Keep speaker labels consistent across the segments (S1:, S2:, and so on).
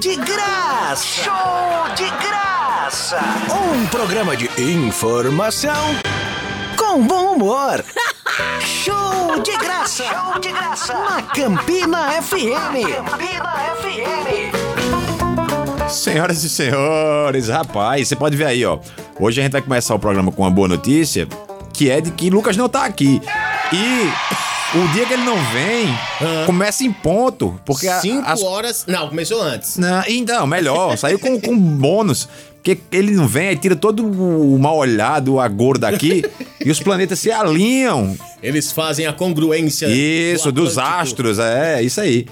S1: de graça! Show de graça! Um programa de informação com bom humor. Show de graça! Show de graça! Na Campina FM! Campina FM!
S2: Senhoras e senhores, rapaz, você pode ver aí, ó. Hoje a gente vai começar o programa com uma boa notícia, que é de que Lucas não tá aqui. E o dia que ele não vem, começa em ponto, porque a-
S3: Cinco
S2: as-
S3: horas. Não, começou antes.
S2: Não, então, melhor, saiu com, com bônus. Porque ele não vem, aí tira todo o mal olhado, o agouro daqui, e os planetas se alinham.
S3: Eles fazem a congruência.
S2: Isso,
S3: É, do
S2: dos
S3: Atlântico.
S2: astros, é, isso aí.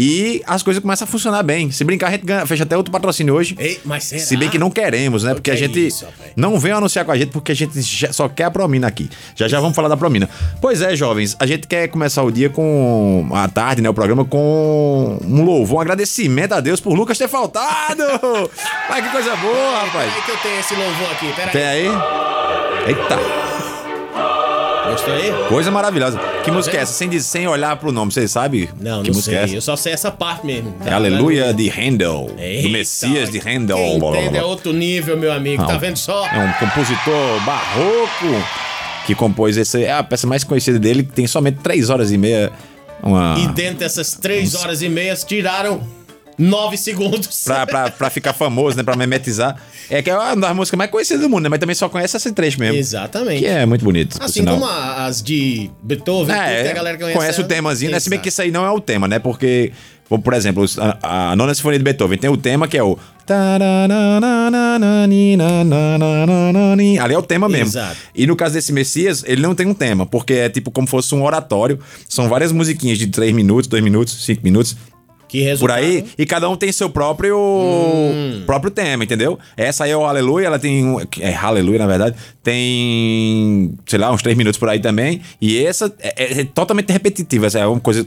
S2: E as coisas começam a funcionar bem. Se brincar, a gente ganha- fecha até outro patrocínio hoje.
S3: Ei, mas será?
S2: Se bem que não queremos, né? Porque a
S3: que é
S2: gente
S3: isso, rapaz?
S2: não veio anunciar com a gente porque a gente já- só quer a Promina aqui. Já já vamos falar da Promina. Pois é, jovens, a gente quer começar o dia com a tarde, né, o programa com um louvor, um agradecimento a Deus por Lucas ter faltado. Mas que coisa boa, rapaz.
S3: Peraí que eu tenho esse louvor aqui. Peraí.
S2: Tem aí? Eita,
S3: Gostou aí?
S2: coisa maravilhosa. Que música é
S3: vendo?
S2: essa? Sem, dizer- sem olhar pro nome, vocês sabem?
S3: Não,
S2: que
S3: não
S2: música
S3: sei.
S2: é essa?
S3: Eu só sei essa parte mesmo. Tá,
S2: É Aleluia de Handel.
S3: Eita,
S2: do Messias de Handel.
S3: Quem
S2: Blá, blá, blá.
S3: entende é outro nível, meu amigo. Tá
S2: Não.
S3: vendo só?
S2: É um compositor barroco que compôs essa. É a peça mais conhecida dele, que tem somente três horas e meia. Uma,
S3: E dentro dessas três horas e meias, tiraram nove segundos.
S2: pra, pra, pra ficar famoso, né? Pra memetizar. É que é uma das músicas mais conhecidas do mundo, né? Mas também só conhece esse trecho mesmo.
S3: Exatamente.
S2: Que é muito bonito. por
S3: Assim
S2: sinal.
S3: como a- as de Beethoven, tudo que
S2: É,
S3: a galera
S2: conhece,
S3: conhece.
S2: o temazinho, né? Se bem que
S3: Exato.
S2: isso aí não é o tema, né? Porque, bom, por exemplo, os- a, a nona sinfonia de Beethoven tem o tema que é o. tarananinananinaninananananin. Ali é o tema mesmo.
S3: Exato.
S2: E no caso desse Messias, ele não tem um tema, porque é tipo como fosse um oratório. São várias musiquinhas de 3 minutos, 2 minutos, 5 minutos,
S3: Que
S2: por
S3: resultado. Hum.
S2: aí. E cada um tem seu próprio próprio tema, entendeu? Essa aí é o Aleluia, ela tem. um- É Aleluia, na verdade. Tem, sei lá, uns 3 minutos por aí também. E essa é, é- é totalmente repetitiva. Essa é uma coisa.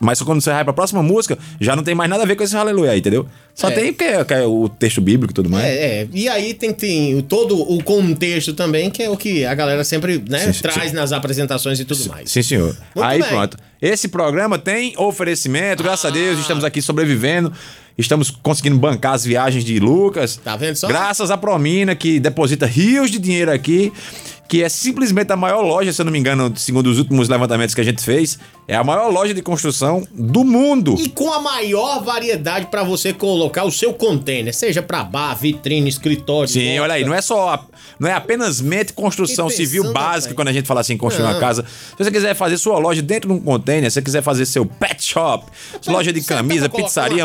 S2: Mas só quando você vai pra próxima música, já não tem mais nada a ver com esse Aleluia aí, entendeu? Só
S3: É.
S2: tem porque que é o texto bíblico e tudo mais.
S3: É, é. E aí tem, tem o- todo o contexto também, que é o que a galera sempre né,
S2: Sim,
S3: traz nas apresentações e tudo mais.
S2: Sim, senhor.
S3: Muito
S2: Aí
S3: bem.
S2: pronto. Esse programa tem oferecimento, graças a
S3: Ah.
S2: Deus, estamos aqui sobrevivendo. Estamos conseguindo bancar as viagens de Lucas.
S3: Tá vendo só?
S2: Graças à Promina, que deposita rios de dinheiro aqui, que é simplesmente a maior loja, se eu não me engano, segundo os últimos levantamentos que a gente fez, é a maior loja de construção do mundo.
S3: E com a maior variedade pra você colocar o seu container, seja pra bar, vitrine, escritório.
S2: Sim, olha aí, não é só. a- não é apenas mente construção
S3: Fiquei
S2: civil
S3: pensando,
S2: básica
S3: rapaz.
S2: quando a gente fala assim, construir uma
S3: Não.
S2: casa. Se você quiser fazer sua loja dentro de um container, se você quiser fazer seu pet shop, loja de
S3: você tava
S2: camisa,
S3: colocando
S2: pizzaria,
S3: uma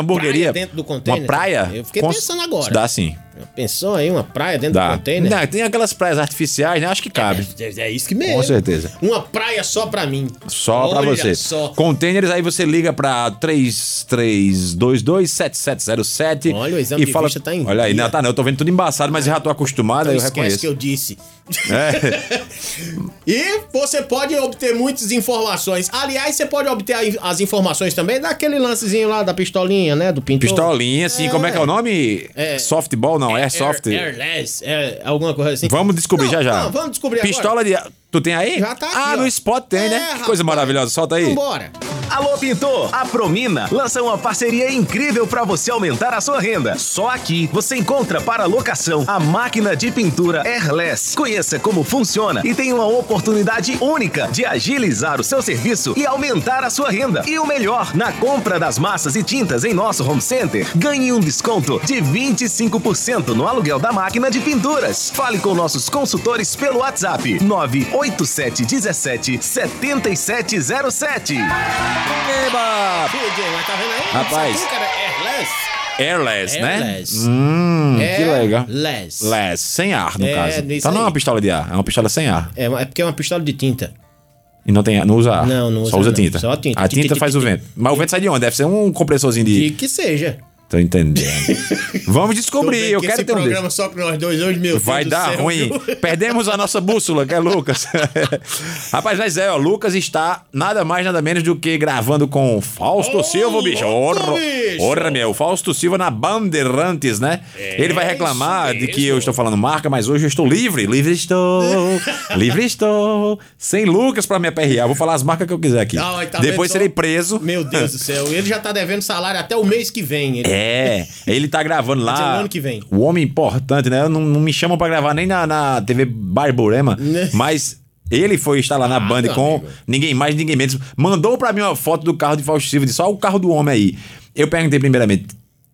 S3: praia
S2: hamburgueria.
S3: dentro do
S2: Uma
S3: container?
S2: praia?
S3: Eu fiquei
S2: cons-
S3: pensando agora.
S2: Dá sim.
S3: Pensou aí uma praia dentro
S2: é- Dá.
S3: do container?
S2: Não, tem aquelas praias artificiais, né? Acho que cabe.
S3: É, é isso que mesmo.
S2: Com certeza.
S3: Uma praia só pra mim.
S2: Só pra
S3: Olha
S2: você.
S3: Só.
S2: Containers, aí você liga pra 33227707.
S3: Olha, o exame
S2: e
S3: de
S2: fala,
S3: vista tá em
S2: Olha aí,
S3: dia.
S2: não, tá não. Eu tô vendo tudo embaçado, mas eu já tô acostumado, aí eu
S3: Esquece
S2: reconheço.
S3: que eu disse.
S2: É.
S3: E você pode obter muitas informações. Aliás, você pode obter a in- as informações também daquele lancezinho lá da pistolinha, né? Do pintor.
S2: Pistolinha, assim, como é que é o nome?
S3: É.
S2: Softball, não, é,
S3: Air-
S2: soft.
S3: Airless, é, alguma coisa assim.
S2: Vamos descobrir
S3: Não,
S2: já já.
S3: não, vamos descobrir
S2: Pistola de... Tu tem aí?
S3: Já tá
S2: ah,
S3: aqui,
S2: no
S3: ó.
S2: spot tem, né?
S3: É,
S2: que
S3: rapaz.
S2: coisa maravilhosa. Solta aí.
S3: agora. Vambora.
S1: Alô, pintor! A Promina lança uma parceria incrível para você aumentar a sua renda. Só aqui você encontra para locação a máquina de pintura Airless. Conheça como funciona e tem uma oportunidade única de agilizar o seu serviço e aumentar a sua renda. E o melhor, na compra das massas e tintas em nosso home center, ganhe um desconto de 25% no aluguel da máquina de pinturas. Fale com nossos consultores pelo WhatsApp 987 17 7707.
S2: Eba!
S3: DJ, mas tá vendo aí?
S2: Rapaz.
S3: Isso aqui, cara, é Airless.
S2: Airless, né?
S3: Airless.
S2: Hum, que legal.
S3: Airless.
S2: Less, sem ar, no
S3: É,
S2: caso.
S3: isso
S2: Então não é
S3: aí.
S2: uma pistola de ar, é uma pistola sem ar.
S3: É, é porque é uma pistola de tinta.
S2: E não, tem, não usa ar.
S3: Não, não
S2: Só
S3: usa
S2: usa
S3: não.
S2: tinta.
S3: Só a tinta.
S2: A tinta faz o vento. Mas o vento sai de onde? Deve ser um compressorzinho de.
S3: E que seja.
S2: Tô entendendo. Vamos descobrir. Eu
S3: que
S2: quero
S3: esse
S2: ter um
S3: programa
S2: desses.
S3: só com nós dois hoje, meu
S2: Vai
S3: Deus do
S2: dar
S3: céu,
S2: ruim.
S3: viu?
S2: Perdemos a nossa bússola, que é Lucas. Rapaz, mas é, ó. Lucas está nada mais, nada menos do que gravando com o Fausto
S3: Ô,
S2: Silva, bicho.
S3: louco,
S2: Orra,
S3: bicho. É
S2: orra, meu. Fausto Silva na Bandeirantes, né? Ele vai reclamar
S3: isso
S2: de que
S3: mesmo.
S2: eu estou falando marca, mas hoje eu estou livre. Livre estou. livre estou. Sem Lucas pra me aperrear. Vou falar as marcas que eu quiser aqui.
S3: Ah, mas tá
S2: Depois
S3: vendo
S2: serei
S3: só?
S2: preso.
S3: Meu Deus do céu, ele já tá devendo salário até o mês que vem. Ele
S2: É, ele tá gravando lá.
S3: dizer, no ano que vem.
S2: O homem importante, né? Eu não, não me chamam pra gravar nem na, na TV Barborema,
S3: Né?
S2: mas ele foi estar lá na Band
S3: Ah, meu
S2: com
S3: amigo.
S2: ninguém mais, ninguém menos. Mandou pra mim uma foto do carro de Fausto Silva, disse, só o carro do homem aí. Eu perguntei primeiramente,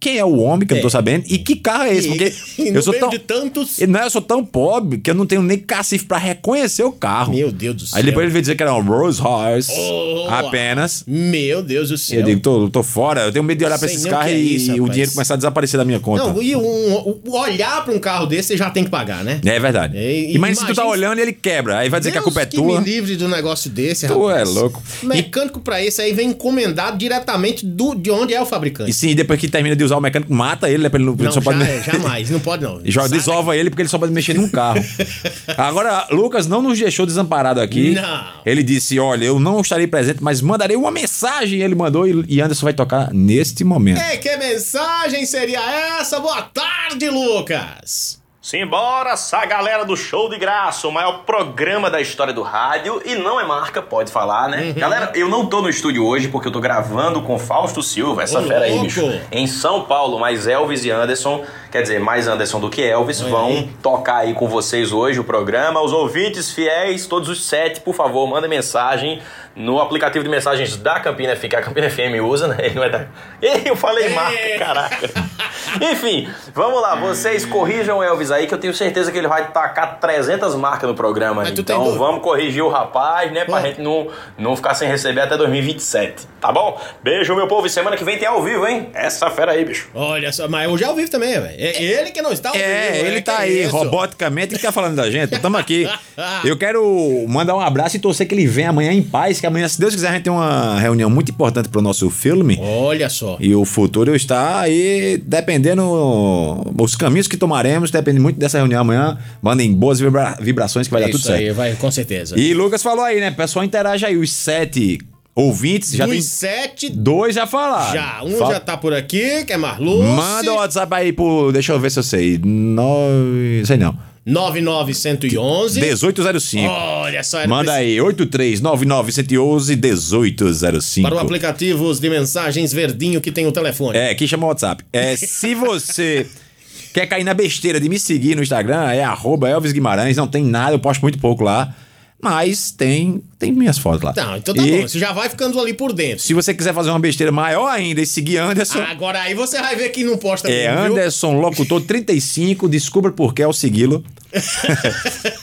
S2: quem é o homem que eu não tô sabendo e que carro é esse?
S3: E-
S2: Porque
S3: e no
S2: eu sou
S3: meio
S2: tão...
S3: de tantos-
S2: E Não, é, eu sou tão pobre que eu não tenho nem cacife pra reconhecer o carro.
S3: Meu Deus do
S2: Aí
S3: céu.
S2: depois ele veio dizer que era um Rolls Royce,
S3: Oh,
S2: apenas.
S3: Meu Deus do céu.
S2: Eu digo, tô, tô fora, eu tenho medo de olhar pra
S3: Sei
S2: esses
S3: nem o que
S2: carros
S3: é
S2: e
S3: isso,
S2: o
S3: rapaz.
S2: dinheiro começar a desaparecer da minha conta.
S3: Não, e um- um- olhar pra um carro desse, você já tem que pagar, né?
S2: É verdade.
S3: E- e
S2: Imagina se tu tá
S3: imagina-
S2: olhando e ele quebra. Aí vai dizer
S3: Deus
S2: que a culpa é
S3: que
S2: tua.
S3: me livre do negócio desse,
S2: Tu
S3: rapaz.
S2: é louco.
S3: Mecânico pra esse aí vem encomendado diretamente do, de onde é o fabricante.
S2: E sim, depois que termina de usar o mecânico, mata ele, né? Pra ele não, ele
S3: não,
S2: só pode...
S3: já é, jamais. Não pode, não.
S2: E joga-
S3: Sai
S2: desova ele porque ele só pode mexer num carro. Agora, Lucas não nos deixou desamparado aqui.
S3: Não.
S2: Ele disse: Olha, eu não estarei presente, mas mandarei uma mensagem. Ele mandou e e Anderson vai tocar neste momento.
S3: Ei, que mensagem seria essa? Boa tarde, Lucas!
S4: Simbora, essa galera do Show de Graça, o maior programa da história do rádio e não é marca, pode falar,
S3: Uhum.
S4: né? Galera, eu não tô no estúdio hoje porque eu tô gravando com Fausto Silva, essa
S3: Ô,
S4: fera aí,
S3: louco.
S4: bicho, em São Paulo, mas Elvis e Anderson, quer dizer, mais Anderson do que Elvis,
S3: Olha
S4: vão
S3: aí.
S4: tocar aí com vocês hoje o programa. Os ouvintes fiéis, todos os sete, por favor, mandem mensagem no aplicativo de mensagens da Campina FM, que a Campina FM usa, né? Não é da... Ih, Eu falei marca, caraca. Enfim, vamos lá, vocês corrijam o Elvis aí, que eu tenho certeza que ele vai tacar 300 marcas no programa.
S3: Mas tu tem
S4: então
S3: dúvida? Hum.
S4: vamos corrigir o rapaz, né? Pra
S3: Vamos.
S4: gente não, não ficar sem receber até 2027, tá bom? Beijo, meu povo, e semana que vem tem ao vivo, hein? Essa fera aí, bicho.
S3: Olha só, mas hoje é ao vivo também, velho. É ele que não está ao vivo.
S2: É, ele
S3: né? que
S2: tá aí,
S3: isso.
S2: roboticamente, ele tá falando da gente. Tamo aqui. Eu quero mandar um abraço e torcer que ele venha amanhã em paz, que amanhã, se Deus quiser, a gente tem uma reunião muito importante pro nosso filme.
S3: Olha só.
S2: E o futuro está aí, dependendo. Os caminhos que tomaremos, depende muito dessa reunião amanhã. Mandem boas vibra- vibrações que vai dar
S3: É isso
S2: tudo certo.
S3: aí, vai, com certeza.
S2: E Lucas falou aí, né? Pessoal, interage aí. Os sete ouvintes já
S3: Dos
S2: tem.
S3: sete,
S2: Dois já falaram.
S3: já. Um
S2: Fal-
S3: já tá por aqui, que é Marlúcio.
S2: Manda o WhatsApp aí pro. Deixa eu ver se eu sei. Nove. Sei não.
S3: 99111.
S2: 1805.
S3: Olha só. era
S2: Manda
S3: pra esse-
S2: aí, 8399111805.
S3: Para o aplicativo de mensagens verdinho que tem o telefone.
S2: É, que chama o WhatsApp. É, se você quer cair na besteira de me seguir no Instagram, é arroba Elvis Guimarães, não tem nada, eu posto muito pouco lá. Mas tem, tem minhas fotos lá.
S3: Não, então tá
S2: E
S3: bom. Você já vai ficando ali por dentro. Ah,
S2: Se você quiser fazer uma besteira maior ainda e seguir Anderson,
S3: Agora aí você vai ver que não posta
S2: É
S3: mesmo, viu?
S2: Anderson Locutor 35, descubra por que ao segui-lo.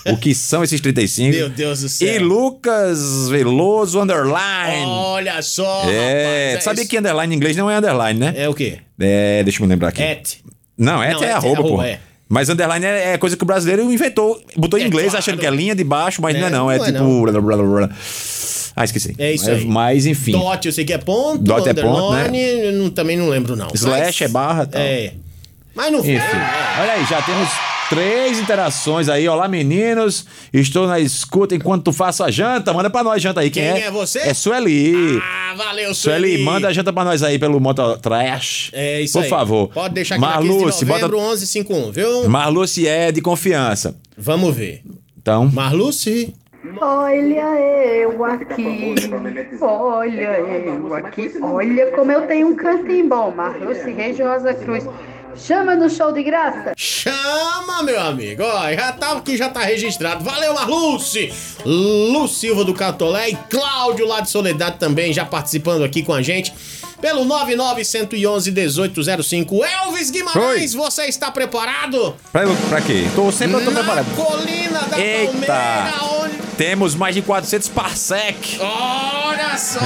S2: o que são esses 35?
S3: Meu Deus do céu.
S2: E Lucas Veloso Underline.
S3: Olha só,
S2: é,
S3: rapaz.
S2: sabia
S3: isso.
S2: que underline em inglês não é underline, né?
S3: É o quê?
S2: É, deixa eu me lembrar aqui.
S3: Et.
S2: Não, é
S3: Não,
S2: até
S3: é
S2: arroba,
S3: arroba,
S2: pô.
S3: é.
S2: Mas underline é, é coisa que o brasileiro inventou. Botou em
S3: É
S2: inglês
S3: claro.
S2: achando que é linha de baixo, mas não é
S3: É,
S2: não. É
S3: não é
S2: tipo...
S3: não.
S2: blá, blá, blá, blá. Ah, esqueci.
S3: É isso aí.
S2: Mas enfim.
S3: Dot, eu sei que é ponto.
S2: Dot é ponto, né?
S3: underline, eu não- também não lembro, não.
S2: Slash é
S3: Mas-
S2: barra. Tal.
S3: É. Mas não
S2: Enfim.
S3: É.
S2: Olha aí, já temos três interações aí. Olá, meninos. Estou na escuta enquanto faço a janta. Manda pra nós, janta aí. Quem,
S3: Quem é você?
S2: É Sueli.
S3: Ah, valeu,
S2: Sueli,
S3: Sueli.
S2: manda a janta pra nós aí pelo Mototrash.
S3: É isso
S2: Por
S3: aí.
S2: favor.
S3: Pode deixar aqui
S2: Marluce,
S3: na 15 de
S2: bota...
S3: novembro, 1151, viu?
S2: Marluce é de confiança.
S3: Vamos ver.
S2: Então,
S3: Marluce.
S5: Olha eu aqui, olha eu aqui, olha como eu tenho um cantinho bom, Marluce Reis Rosa Cruz. Chama no show de graça.
S3: Chama, meu amigo. Ó, já tá aqui, já tá registrado. Valeu, Marluce! Lu Silva do Catolé e Cláudio lá de Soledade também já participando aqui com a gente. Pelo 99111-1805. Elvis Guimarães, você está preparado?
S2: pra, pra quê? Tô sempre eu tô
S3: Na
S2: preparado.
S3: colina da
S2: Eita.
S3: Palmeira, onde...
S2: Temos mais de 400 parsec.
S3: Olha só, você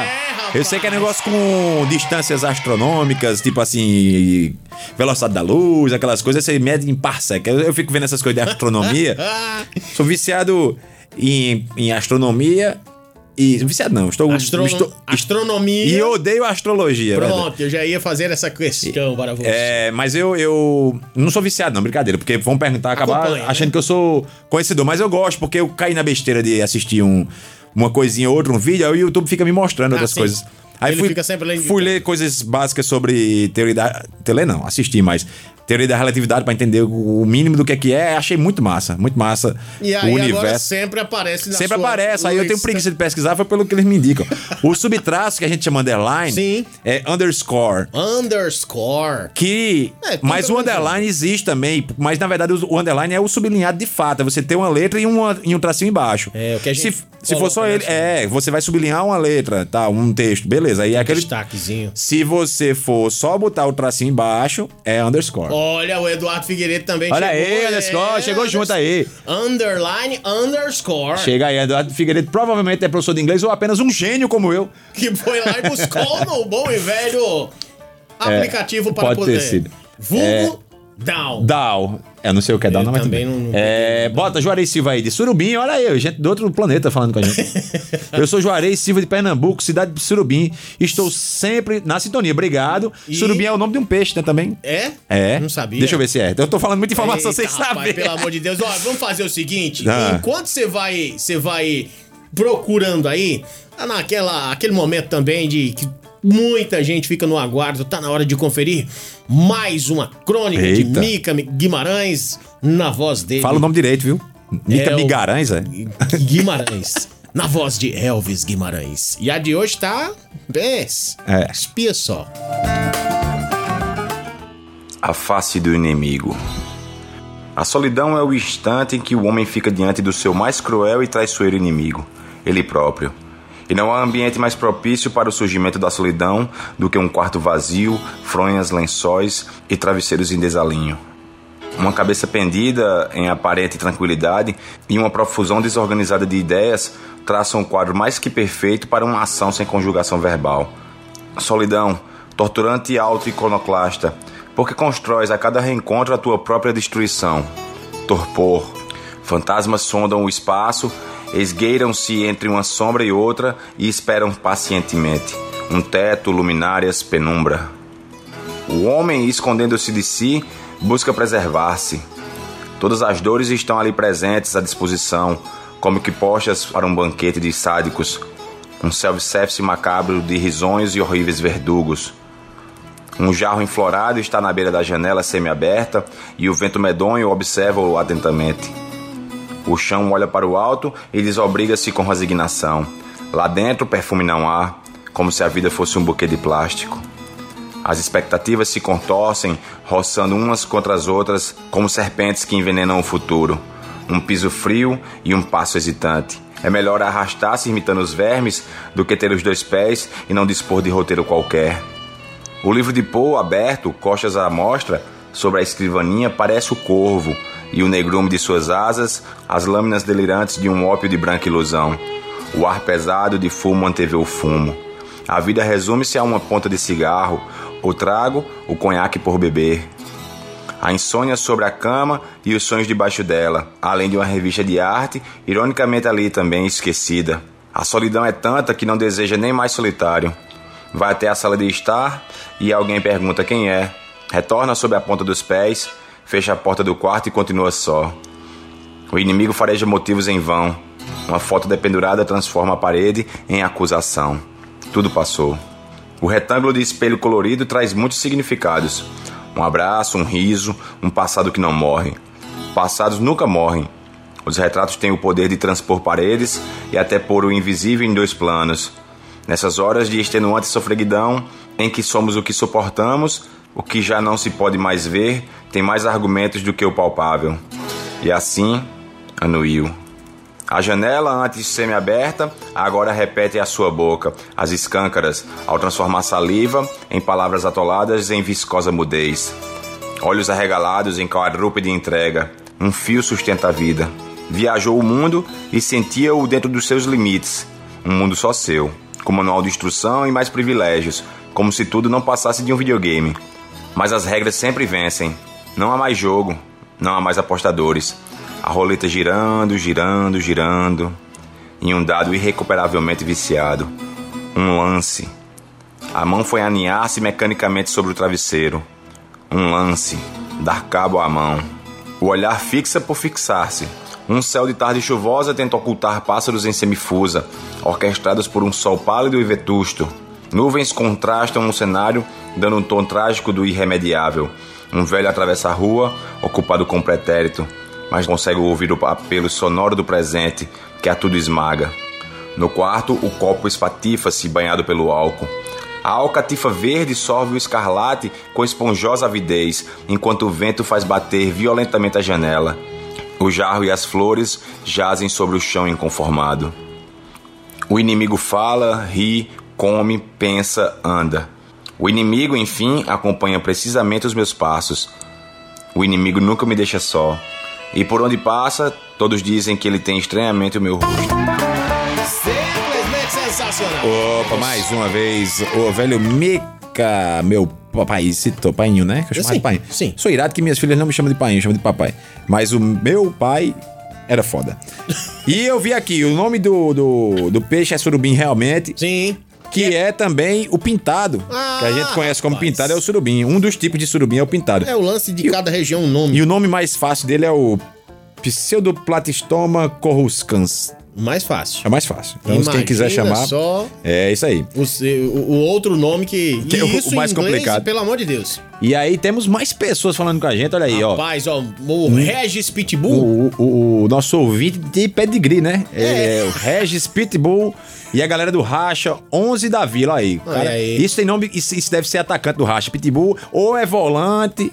S3: saiu da terra,
S2: eu sei que é
S3: é rapaz.
S2: negócio com distâncias astronômicas, tipo assim, velocidade da luz, aquelas coisas, você mede em parsec. Eu, eu fico vendo essas coisas de astronomia.
S3: Ah,
S2: Sou viciado em, em astronomia e. Viciado não, estou.
S3: astro-
S2: estou-
S3: Astronomia.
S2: e odeio
S6: É
S2: astrologia. velho.
S3: Pronto, eu já ia fazer essa questão para você.
S2: É, mas eu, eu não sou viciado, não, brincadeira, porque vão perguntar, acabar
S3: Acompanha, né?
S2: achando que eu sou conhecedor, mas eu gosto, porque eu caí na besteira de assistir um, uma coisinha ou outra, um vídeo, aí o YouTube fica me mostrando
S3: Ah,
S2: outras
S3: sim.
S2: coisas. Aí
S3: Ele
S2: fui,
S3: fica sempre lendo
S2: fui
S3: YouTube.
S2: ler coisas básicas sobre teoria da. Tele não, assisti mais.
S6: teoria da relatividade pra entender o mínimo do que é que é. Achei muito massa, muito massa
S3: E aí
S6: o
S3: agora
S6: universo.
S3: sempre aparece na
S6: Sempre
S3: sua
S6: aparece, aí eu tenho
S3: lista.
S6: preguiça de pesquisar, foi pelo que eles me indicam. o subtraço que a gente chama underline
S3: Sim.
S6: é underscore.
S3: Underscore.
S6: Que.
S3: É, tudo
S6: mas o
S3: bem,
S6: underline existe também. Mas na verdade o o underline é o sublinhado de fato. É você ter uma letra e, uma, e um tracinho embaixo.
S3: É, o que a gente
S6: Se, se for
S3: coloca,
S6: só
S3: né,
S6: ele.
S3: assim.
S6: É, você vai sublinhar uma letra, tá? Um texto. Beleza. Aí é aquele.
S3: Destaquezinho.
S6: Se você for só botar o tracinho embaixo, é underscore.
S3: Olha, o Eduardo Figueiredo também
S2: Olha
S3: chegou.
S2: aí,
S3: é,
S2: underscore, chegou
S3: unders-
S2: junto aí.
S3: Underline, underscore.
S2: Chega aí, Eduardo Figueiredo provavelmente é professor de inglês ou apenas um gênio como eu.
S3: Que foi lá e buscou no bom e velho
S6: É,
S3: aplicativo para
S2: pode ter
S3: poder.
S2: sido.
S3: Vulgo Down.
S2: Dow. Eu não sei o que é Dow, não, mas
S3: também
S2: tudo bem.
S3: não- não-
S2: É, bota Juarez Silva aí de Surubim, olha aí, gente do outro planeta falando com a gente. eu sou Juarez Silva de Pernambuco, cidade de Surubim. Estou sempre na sintonia, obrigado.
S3: E-
S2: Surubim é o nome de um peixe, né, também?
S3: É?
S6: É.
S3: Não sabia.
S6: Deixa eu ver se é. Eu tô falando muita informação
S3: Eita,
S6: sem
S3: rapaz,
S6: saber.
S3: pelo amor de Deus. Ó, vamos fazer o seguinte.
S6: Ah.
S3: Enquanto você vai, você vai procurando aí, tá naquela, aquele momento também de que muita gente fica no aguardo, tá na hora de conferir mais uma crônica de
S6: Eita.
S3: Mica Guimarães na voz dele.
S6: Fala o nome direito, viu? Mica
S3: É o-
S6: Migarães, é?
S3: Guimarães. Na voz de Elvis Guimarães. E a de hoje tá. Bess.
S6: É.
S3: Espia só.
S7: A face do inimigo. A solidão é o instante em que o homem fica diante do seu mais cruel e traiçoeiro inimigo, ele próprio. E não há ambiente mais propício para o surgimento da solidão do que um quarto vazio, fronhas, lençóis e travesseiros em desalinho. Uma cabeça pendida em aparente tranquilidade e uma profusão desorganizada de ideias traçam um quadro mais que perfeito para uma ação sem conjugação verbal. Solidão, torturante e auto-iconoclasta, porque constróis a cada reencontro a tua própria destruição. Torpor, fantasmas sondam o espaço, esgueiram-se entre uma sombra e outra e esperam pacientemente. Um teto, luminárias, penumbra. O homem, escondendo-se de si, busca preservar-se. Todas as dores estão ali presentes à disposição, como que postas para um banquete de sádicos, um self-service macabro de risonhos e horríveis verdugos. Um jarro enflorado está na beira da janela semiaberta e o vento medonho observa-o atentamente. O chão olha para o alto e desobriga-se com resignação. Lá dentro, perfume não há, como se a vida fosse um buquê de plástico. As expectativas se contorcem, roçando umas contra as outras, como serpentes que envenenam o futuro. Um piso frio e um passo hesitante. É melhor arrastar-se imitando os vermes do que ter os dois pés e não dispor de roteiro qualquer. O livro de Poe, aberto, costas à mostra, sobre a escrivaninha, parece o corvo, e o negrume de suas asas, as lâminas delirantes de um ópio de branca ilusão. O ar pesado de fumo antevê o fumo. A vida resume-se a uma ponta de cigarro, o trago, o conhaque por beber. A insônia sobre a cama e os sonhos debaixo dela, além de uma revista de arte, ironicamente ali também esquecida. A solidão é tanta que não deseja nem mais solitário. Vai até a sala de estar e alguém pergunta quem é. Retorna sob a ponta dos pés, fecha a porta do quarto e continua só. O inimigo fareja motivos em vão. Uma foto dependurada transforma a parede em acusação. Tudo passou. O retângulo de espelho colorido traz muitos significados. Um abraço, um riso, um passado que não morre. Passados nunca morrem. Os retratos têm o poder de transpor paredes e até pôr o invisível em dois planos. Nessas horas de extenuante sofreguidão, em que somos o que suportamos, o que já não se pode mais ver, tem mais argumentos do que o palpável. E assim, anuiu. A janela, antes semiaberta, agora repete a sua boca, as escâncaras, ao transformar saliva em palavras atoladas em viscosa mudez. Olhos arregalados em quadrúpede entrega, um fio sustenta a vida. Viajou o mundo e sentia-o dentro dos seus limites. Um mundo só seu, com manual de instrução e mais privilégios, como se tudo não passasse de um videogame. Mas as regras sempre vencem. Não há mais jogo, não há mais apostadores. A roleta girando, girando, girando. Em um dado irrecuperavelmente viciado. Um lance. A mão foi aninhar-se mecanicamente sobre o travesseiro. Um lance. Dar cabo à mão. O olhar fixa por fixar-se. Um céu de tarde chuvosa tenta ocultar pássaros em semifusa, orquestrados por um sol pálido e vetusto. Nuvens contrastam o cenário, dando um tom trágico do irremediável. Um velho atravessa a rua, ocupado com pretérito, mas consegue ouvir o apelo sonoro do presente que a tudo esmaga. No quarto, o copo espatifa-se banhado pelo álcool. A alcatifa verde sorve o escarlate com esponjosa avidez, enquanto o vento faz bater violentamente a janela. O jarro e as flores jazem sobre o chão inconformado. O inimigo fala, ri, come, pensa, anda. O inimigo, enfim, acompanha precisamente os meus passos. O inimigo nunca me deixa só. E por onde passa, todos dizem que ele tem estranhamente o meu rosto.
S3: Simplesmente sensacional.
S2: Opa, mais uma vez, o velho Mica, meu papaicito, painho, né?
S3: Eu
S2: Que eu chamo
S3: sei,
S2: de painho.
S3: sim.
S2: Sou irado que minhas filhas não me chamam de painho, chamam de papai. Mas o meu pai era foda. e eu vi aqui, o nome do, do, do peixe é surubim realmente,
S3: Sim.
S2: que é também o pintado.
S3: Ah,
S2: que a gente conhece como
S3: rapaz.
S2: pintado é o surubim. Um dos tipos de surubim é o pintado.
S3: É o lance de cada região um nome.
S2: E o nome mais fácil dele é o Pseudoplatistoma coruscans.
S3: Mais fácil.
S2: É mais fácil. Então, quem
S3: Imagina
S2: quiser chamar,
S3: só
S2: é isso aí.
S3: o, seu- o outro nome que...
S2: Que é o-
S3: E isso
S2: o mais
S3: em inglês,
S2: complicado.
S3: pelo amor de Deus.
S2: E aí temos mais pessoas falando com a gente, olha aí, ó. Hum.
S3: Rapaz, ó, o Regis Pitbull.
S2: O, o- o nosso ouvinte de pedigree, né? É. o Regis Pitbull e a galera do Racha, 11 da Vila aí.
S3: Olha
S2: Cara,
S3: aí.
S2: Isso tem nome, isso, isso deve ser atacante do Racha. Pitbull ou é volante,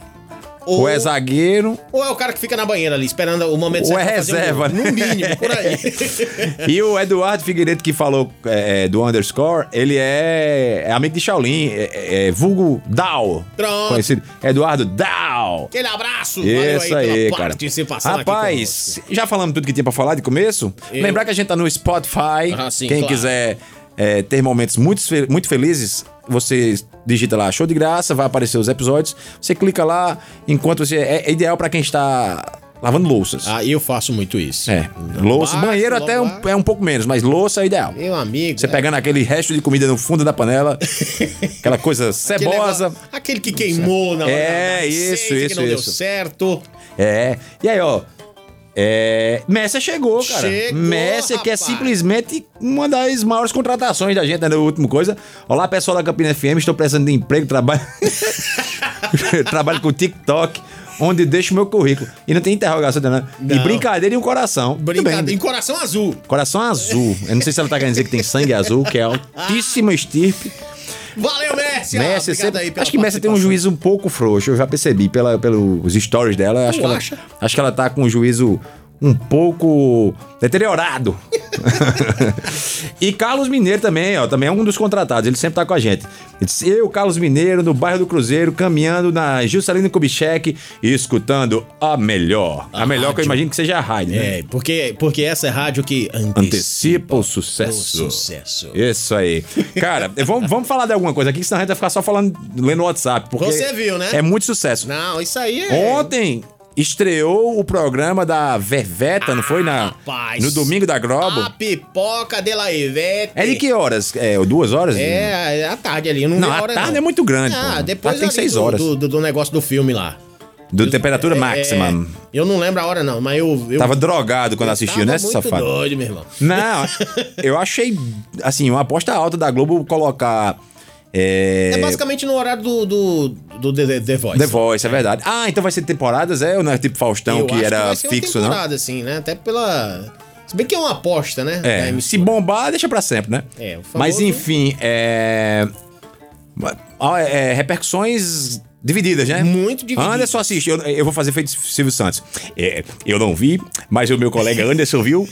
S2: ou, é zagueiro.
S3: Ou é o cara que fica na banheira ali, esperando o momento
S2: Ou é
S3: pra fazer um
S2: reserva,
S3: gol.
S2: né?
S3: No mínimo, por aí.
S2: E o Eduardo Figueiredo, que falou é, é, do underscore, ele é, é amigo de Shaolin, é, é vulgo Dow.
S3: Pronto.
S2: Conhecido. Eduardo Dow.
S3: Aquele abraço.
S2: Isso aí, cara.
S3: participação aqui conosco.
S2: Rapaz, já falamos tudo que tinha pra falar de começo?
S3: Eu-
S2: Lembrar que a gente tá no Spotify.
S3: Ah, sim,
S2: Quem
S3: claro.
S2: quiser é, ter momentos muito, fe- muito felizes, você digita lá show de graça, vai aparecer os episódios. Você clica lá, enquanto você. É, é ideal pra quem está lavando louças.
S3: Ah, eu faço muito isso.
S2: É, louça,
S3: Baixo,
S2: banheiro até é
S3: logo
S2: um, é um pouco menos, mas louça é ideal.
S3: Meu amigo.
S2: Você
S3: é.
S2: pegando aquele resto de comida no fundo da panela, aquela coisa
S3: Aquele
S2: cebosa.
S3: negócio- Aquele que queimou na
S2: É,
S3: na- na
S2: isso,
S3: receita,
S2: isso,
S3: que não deu
S2: isso.
S3: certo.
S2: É. E aí, ó. É. Messi chegou, cara.
S3: Chegou,
S2: Messi, que é
S3: rapaz.
S2: simplesmente uma das maiores contratações da gente, né? Da última coisa. Olá, pessoal da Campina FM, estou precisando de emprego, trabalho. trabalho com TikTok, onde deixo meu currículo. E não tem interrogação, né? E
S3: Não.
S2: brincadeira e um coração. Tudo bem.
S3: Brincadeira. Em coração azul.
S2: Coração azul. Eu não sei se ela tá querendo dizer que tem sangue azul, que é altíssima estirpe.
S3: Valeu, Messi. Ah,
S2: Messi,
S3: obrigado
S2: sempre-
S3: aí pela
S2: acho que Messi tem um
S3: participação.
S2: juízo um pouco frouxo, eu já percebi pela, pelos stories dela. Acho que, ela,
S3: acha?
S2: acho que ela tá com um juízo um pouco deteriorado. e Carlos Mineiro também, ó, também é um dos contratados, ele sempre tá com a gente. Ele disse, Eu, Carlos Mineiro, no bairro do Cruzeiro, caminhando na Juscelino Kubitschek e escutando a melhor. A,
S3: A
S2: melhor que eu
S3: rádio.
S2: imagino que seja a rádio, né?
S3: É, porque, porque essa é rádio que
S2: Antecipa o
S3: o
S2: sucesso.
S3: É sucesso.
S2: Isso aí. Cara, eh, vamos, vamos falar de alguma coisa aqui, que senão a gente vai ficar só falando, lendo o WhatsApp. Porque
S3: Você viu, né?
S2: É muito sucesso.
S3: Não, isso aí é...
S2: Ontem estreou o programa da Verveta, não foi? Na,
S3: Rapaz. Ah,
S2: no domingo da Globo.
S3: A pipoca de la Ivete.
S2: É de que horas? É, duas horas?
S3: É, é à tarde ali. eu Não,
S2: Não,
S3: vi
S2: a
S3: hora,
S2: tarde
S3: não.
S2: é muito grande,
S3: Ah,
S2: pô.
S3: depois
S2: Ah, tem
S3: ali
S2: seis
S3: do,
S2: horas.
S3: Do, do- do negócio do filme lá.
S2: Do temperatura
S3: É,
S2: máxima.
S3: eu não lembro a hora, não, mas eu. eu
S2: Tava drogado quando assistiu,
S3: tava
S2: né,
S3: muito
S2: esse safado?
S3: doido, meu irmão.
S2: Não, eu achei, assim, uma aposta alta da Globo colocar. É,
S3: É, basicamente no horário do, do, do The, The- The Voice.
S2: The Voice, é verdade. Ah, então vai ser temporadas, é? Ou não é tipo Faustão,
S3: Eu
S2: que
S3: acho
S2: era
S3: vai ser uma
S2: fixo, não?
S3: temporada, assim, né? Até pela. Se bem que é uma aposta, né? da
S2: É, se
S3: emissora.
S2: bombar, deixa pra sempre, né?
S3: É, o famoso-
S2: Mas enfim, é... ah, é, Repercussões divididas, né?
S3: Muito divididas.
S2: Anderson assiste, eu, eu vou fazer feito Silvio Santos. É, eu não vi, mas o meu colega Anderson viu,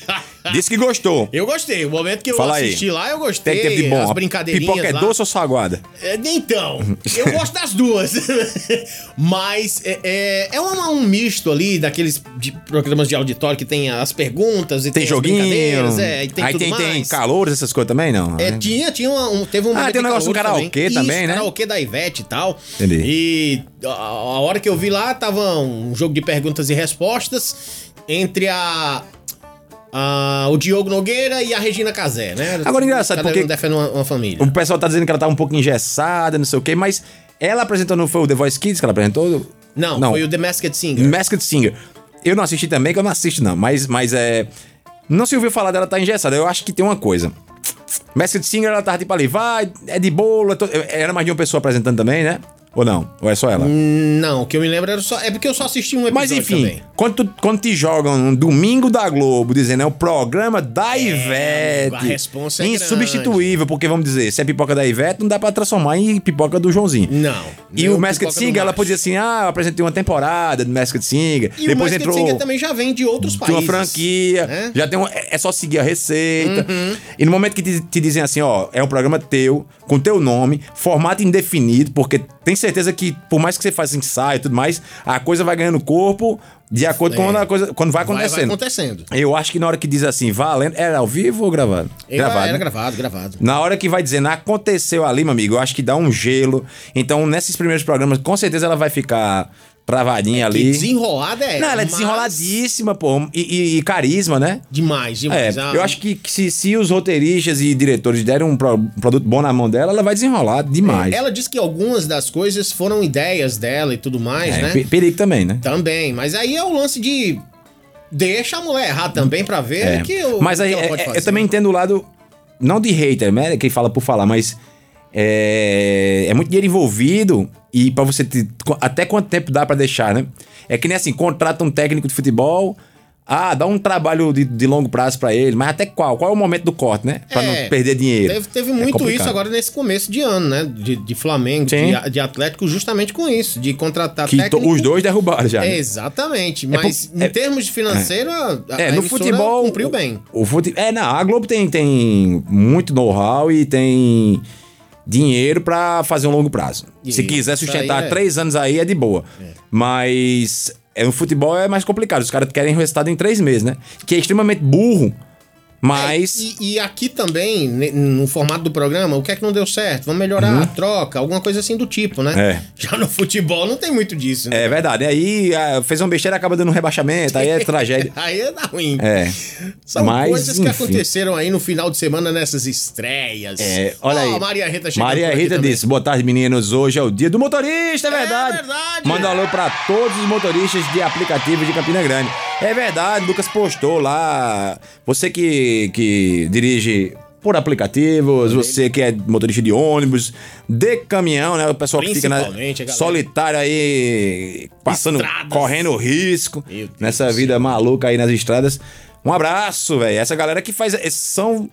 S2: disse que gostou.
S3: Eu gostei. O momento que eu
S2: Fala aí.
S3: assisti lá, eu gostei.
S2: Tem que ter de bom.
S3: As
S2: A
S3: brincadeirinhas.
S2: Pipoca é
S3: lá.
S2: doce ou salgada?
S3: É, Então, eu gosto das duas. Mas é, é, é uma- um misto ali daqueles de programas de auditório que tem as perguntas e
S2: Tem
S3: as brincadeiras,
S2: joguinho.
S3: é, e tem
S2: aí
S3: tudo
S2: tem, tem
S3: mais.
S2: calores, essas coisas também, não?
S3: É, tinha, tinha uma- um, teve um momento
S2: tem um
S3: de
S2: negócio do
S3: calor
S2: karaokê também, né?
S3: karaokê da Ivete e tal.
S2: Entendi.
S3: E a, a hora que eu vi lá, tava um jogo de perguntas e respostas entre a... a- o Diogo Nogueira e a Regina Casé, né?
S2: Agora, engraçado,
S3: Cada
S2: porque-
S3: um defende uma, uma família.
S2: O pessoal tá dizendo que ela tá um pouco engessada, não sei o quê, mas ela apresentou, não foi o The Voice Kids que ela apresentou?
S3: Não, foi o The Masked Singer.
S2: Masked Singer. Eu não assisti também, que eu não assisto, não. Mas, mas é. Não se ouviu falar dela tá engessada. Eu acho que tem uma coisa. É, Masked Singer, ela tava tipo ali, vai, é de boa. to- Era mais de uma pessoa apresentando também, né? Ou não? Ou é só ela?
S3: Não, o que eu me lembro era só. É porque eu só assisti um Hum, episódio
S2: Mas enfim,
S3: também.
S2: quando, tu- quando te jogam no domingo da Globo, dizendo é o programa da Ivete.
S3: É, a responsa é
S2: Insubstituível, porque vamos dizer, se é pipoca da Ivete, não dá pra transformar em pipoca do Joãozinho.
S3: Não.
S2: E
S3: Não,
S2: o Masked
S3: pipoca do
S2: Singer, ela
S3: macho.
S2: podia assim, ah, eu apresentei uma temporada do Masked Singer,
S3: E
S2: depois
S3: o Masked
S2: entrou
S3: Singer também já vem de outros
S2: de
S3: países.
S2: uma franquia,
S3: né? Uhum.
S2: já tem um, é é só seguir a receita. E no momento que te, te dizem assim, ó, é um programa teu, com teu nome, formato indefinido, porque tem certeza que por mais que você faça ensaio e tudo mais, a coisa vai ganhando corpo de acordo com
S3: É.
S2: quando a coisa quando vai
S3: Vai,
S2: acontecendo.
S3: vai acontecendo.
S2: Eu acho que na hora que diz assim, valendo, era ao vivo ou gravado?
S3: Gravado,
S2: né?
S3: era gravado, gravado.
S2: Na hora que vai dizendo, aconteceu ali, meu amigo, eu acho que dá um gelo. Então, nesses primeiros programas, com certeza ela vai ficar travadinha
S3: E
S2: ali.
S3: desenrolada é.
S2: Não, ela é
S3: mas-
S2: desenroladíssima, pô. E, e- e carisma, né?
S3: Demais,
S2: É,
S3: demais. Ah,
S2: eu acho que, que se, se os roteiristas e diretores derem um, pro- um produto bom na mão dela, ela vai desenrolar é demais.
S3: É, Ela disse que algumas das coisas foram ideias dela e tudo mais,
S2: é,
S3: né?
S2: pe- perigo também, né?
S3: Também, mas aí é o lance de deixa a mulher errar também pra ver
S2: É.
S3: que o
S2: mas
S3: que
S2: aí,
S3: ela
S2: é- é- eu também entendo o lado, não de hater, né? Quem fala por falar, mas é, é muito dinheiro envolvido e pra você. te- até quanto tempo dá pra deixar, né? É que nem assim, contrata um técnico de futebol. Ah, dá um trabalho de, de longo prazo pra ele, mas até qual? Qual é o momento do corte, né? Pra
S3: É,
S2: não perder dinheiro.
S3: Teve, teve
S2: É
S3: muito
S2: complicado.
S3: isso agora nesse começo de ano, né? De, de Flamengo,
S2: Sim.
S3: de, de Atlético, justamente com isso, de contratar
S2: Que to-
S3: técnico.
S2: os dois derrubaram já. né?
S3: É, exatamente, mas
S2: por-
S3: em
S2: é-
S3: termos de financeiro, a- a,
S2: É,
S3: a
S2: no
S3: emissora
S2: futebol.
S3: cumpriu
S2: o-
S3: bem.
S2: O, fute... É, não, a Globo tem, tem muito know-how e tem dinheiro pra fazer um longo prazo.
S3: Isso,
S2: Se quiser
S3: isso aí
S2: sustentar
S3: é.
S2: três anos aí, é de boa. Mas é, no futebol é mais complicado. Os caras querem o resultado em três meses, né? Que é extremamente burro, mas.
S3: E, e aqui também, ne- no formato do programa, o que é que não deu certo? Vamos melhorar a troca, alguma coisa assim do tipo, né?
S2: Uhum. É.
S3: Já no futebol não tem muito disso, né?
S2: É verdade. né? Aí ah, fez uma besteira, acaba dando um rebaixamento, aí é tragédia.
S3: Aí é dar ruim.
S2: É.
S3: São
S2: Mas,
S3: coisas que
S2: enfim.
S3: aconteceram aí no final de semana nessas estreias.
S2: É, olha
S3: Ó,
S2: aí.
S3: a Maria Rita chegou.
S2: Maria Rita disse: Boa tarde, meninos. Hoje é o dia do motorista, é verdade.
S3: verdade.
S2: Manda um alô pra todos os motoristas de aplicativo de Campina Grande. É verdade, Lucas postou lá. Você que, que dirige por aplicativos, você que é motorista de ônibus, de caminhão, né? O pessoal que fica na
S3: Principalmente, a galera.
S2: solitário aí, passando,
S3: Estradas.
S2: correndo risco
S3: Meu Deus
S2: nessa
S3: do céu.
S2: vida maluca aí nas estradas. Um abraço, velho. Essa galera que faz. esses São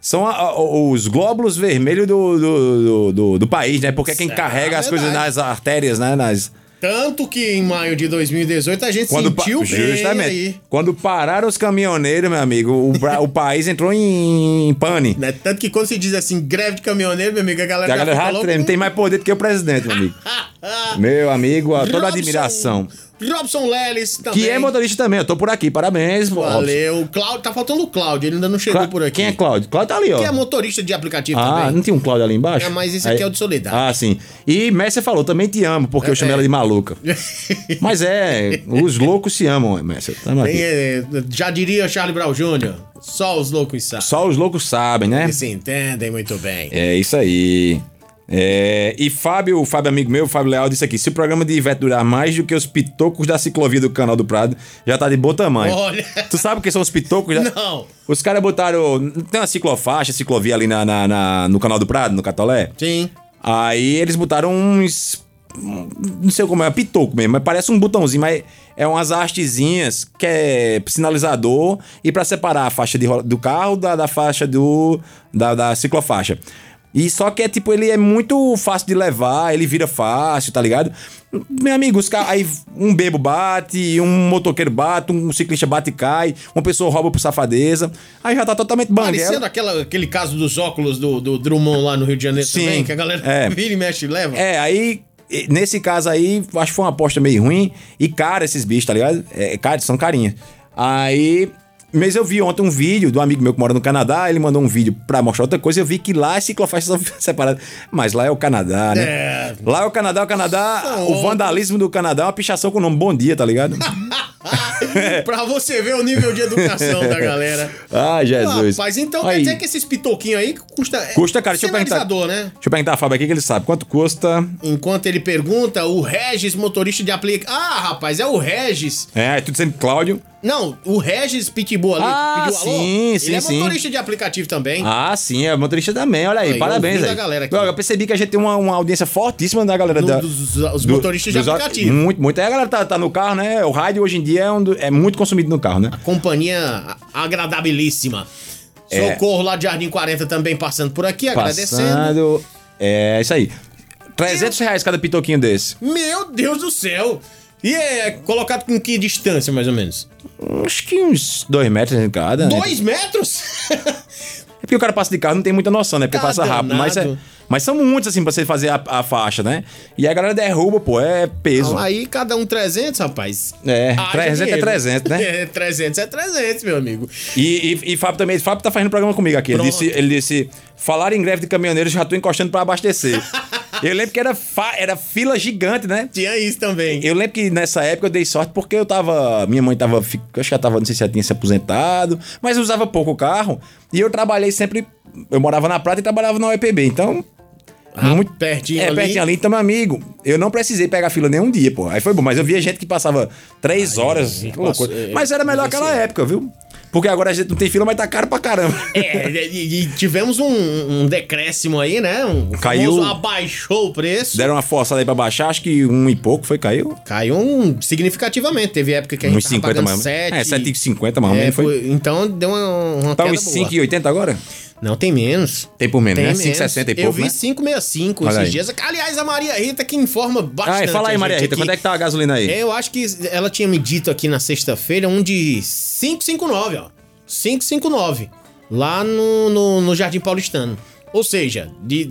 S2: são a- a- os glóbulos vermelhos do, do, do- do- do país, né? Porque é quem
S3: Isso é
S2: carrega as coisas
S3: verdade.
S2: nas artérias, né? Nas,
S3: Tanto que em maio de 2018 a gente
S2: quando pa-
S3: sentiu bem
S2: justamente.
S3: aí.
S2: Quando pararam os caminhoneiros, meu amigo, o, bra- o país entrou em, pane.
S3: Né? Tanto que quando se diz assim, greve de caminhoneiro, meu amigo, a galera,
S2: A galera já treme.
S3: né?
S2: Tem mais poder do que o presidente, meu amigo. Meu amigo, a toda admiração.
S3: Robson Lelis também.
S2: Que é motorista também, eu tô por aqui. Parabéns, Robson.
S3: Valeu. Cláudio, tá faltando o Cláudio, ele ainda não chegou
S2: Clá-
S3: por aqui.
S2: Quem é Cláudio? Cláudio tá ali, ó.
S3: Que é motorista de aplicativo
S2: Ah,
S3: também.
S2: não tem um Cláudio ali embaixo?
S3: É, mas esse aqui é o de Soledade.
S2: Ah, sim. E Messi falou, também te amo, porque eu chamei
S3: é.
S2: ela de maluca. mas é, os loucos se amam, Messi. Tamo
S3: Tem,
S2: aqui.
S3: eh, já diria Charlie Brown Jr., só os loucos sabem.
S2: Só os loucos sabem, né?
S3: Eles se entendem muito bem.
S2: É isso aí. É, e Fábio, o Fábio amigo meu, o Fábio Leal, disse aqui: se o programa de Ivete durar mais do que os pitocos da ciclovia do Canal do Prado, já tá de bom tamanho.
S3: Olha.
S2: Tu sabe o que são os pitocos? Já-
S3: Não.
S2: Os caras botaram. Tem uma ciclofaixa, ciclovia ali na, na- na- no Canal do Prado, no Catolé?
S3: Sim.
S2: Aí eles botaram uns. um- Não sei como é, pitoco mesmo, mas parece um botãozinho, mas é umas hastezinhas que é sinalizador e pra separar a faixa de rola- do carro da, da faixa do. Da, da ciclofaixa. E só que é tipo, ele é muito fácil de levar, ele vira fácil, tá ligado? Meu amigo, os ca- aí um bebo bate, um motoqueiro bate, um ciclista bate e cai, uma pessoa rouba por safadeza, aí já tá totalmente banguela.
S3: Parecendo aquela, aquele caso dos óculos do, do Drummond lá no Rio de Janeiro
S2: Sim,
S3: também, que a galera
S2: é.
S3: vira e mexe e leva.
S2: É, aí, e- nesse caso aí, acho que foi uma aposta meio ruim. E cara, esses bichos, tá ligado? É, cara, são carinhas. Aí. Mas eu vi ontem um vídeo do amigo meu que mora no Canadá, ele mandou um vídeo pra mostrar outra coisa, eu vi que lá as ciclofaixas são separadas. Mas lá é o Canadá, né?
S3: É.
S2: Lá é o Canadá, o Canadá,
S3: São
S2: o
S3: outros.
S2: vandalismo do Canadá é uma pichação com o nome Bom Dia, tá ligado?
S3: Ah, pra você ver o nível de educação da galera.
S2: ah, Jesus.
S3: Rapaz, então
S2: Aí,
S3: quer dizer que esses pitoquinhos aí custa... é
S2: Custa, cara, deixa eu perguntar.
S3: sinalizador, né?
S2: Deixa eu perguntar a Fábio aqui que ele sabe. Quanto custa?
S3: Enquanto ele pergunta, o Regis, motorista de aplica... Ah, rapaz, é o Regis.
S2: É, aí tu dizendo Cláudio.
S3: Não, o Regis Pitbull ali.
S2: Ah, sim,
S3: Ele
S2: sim,
S3: é
S2: sim.
S3: motorista de aplicativo também.
S2: Ah, sim, é motorista também, olha aí,
S3: Aí,
S2: parabéns.
S3: ouvindo a
S2: aí.
S3: galera aqui.
S2: Eu, eu percebi que a gente tem uma, uma audiência fortíssima da galera
S3: No-
S2: da-
S3: dos- os motoristas de
S2: dos-
S3: aplicativo.
S2: Muito, muito. Aí a galera tá, tá no carro, né? O rádio hoje em dia é, um do- é muito consumido no carro, né?
S3: Companhia agradabilíssima.
S2: É.
S3: Socorro lá de Jardim 40 também passando por aqui, agradecendo. um-
S2: Passando. É isso aí. 300 reais cada pitoquinho desse.
S3: Meu Deus do céu! E é colocado com que distância, mais ou menos?
S2: Acho que uns dois metros em cada. né?
S3: Dois metros?
S2: É porque o cara passa de carro, não tem muita noção, né? Porque
S3: Tá
S2: passa rápido.
S3: danado.
S2: Mas, é- mas são muitos, assim, pra você fazer a, a faixa, né? E a galera derruba, pô, é peso.
S3: Então, aí cada um 300, rapaz.
S2: É,
S3: Haja
S2: 300 é 300, né?
S3: É, 300 é 300, meu amigo.
S2: E, e, e Fábio também. Fábio tá fazendo programa comigo aqui. Ele
S3: Pronto.
S2: disse, ele disse: falar em greve de caminhoneiros, já tô encostando pra abastecer. eu lembro que era, fa- era fila gigante, né?
S3: Tinha isso também.
S2: Eu lembro que nessa época eu dei sorte porque eu tava. Minha mãe tava. fi- Eu acho que ela tava, não sei se ela tinha se aposentado, mas usava pouco o carro. E eu trabalhei sempre. Eu morava na Prata e trabalhava na UEPB. Então.
S3: Ah, pertinho
S2: é,
S3: ali.
S2: pertinho ali, então, meu amigo, eu não precisei pegar fila nenhum dia, pô. Aí foi bom, mas eu via gente que passava três horas, que loucura.
S3: passou- é,
S2: mas era melhor aquela época, viu? Porque agora a gente não tem fila, mas tá caro pra caramba.
S3: É, e, e tivemos um, um decréscimo aí, né? Um
S2: Caiu.
S3: famoso abaixou o preço.
S2: Deram uma forçada aí pra baixar, acho que um e pouco foi, caiu.
S3: Caiu um, significativamente. Teve época que a gente
S2: Uns
S3: tava
S2: 50
S3: pagando
S2: mais.
S3: 7.
S2: É, 7,50 mais ou menos. foi.
S3: Então deu uma, uma
S2: Tá
S3: queda
S2: uns
S3: boa.
S2: 5,80 agora?
S3: Não, tem menos.
S2: Tem por menos,
S3: Tem
S2: né?
S3: menos.
S2: 5,60 e
S3: Eu
S2: pouco,
S3: vi
S2: né?
S3: 5,65
S2: Olha
S3: esses
S2: aí.
S3: dias. Aliás, a Maria Rita que informa bastante.
S2: Ah, e fala aí,
S3: a
S2: Maria
S3: gente
S2: Rita,
S3: aqui.
S2: quanto é que tá a gasolina aí?
S3: É, eu acho que ela tinha me dito aqui na sexta-feira um de 559, ó. 559. Lá no, no, no Jardim Paulistano. Ou seja, de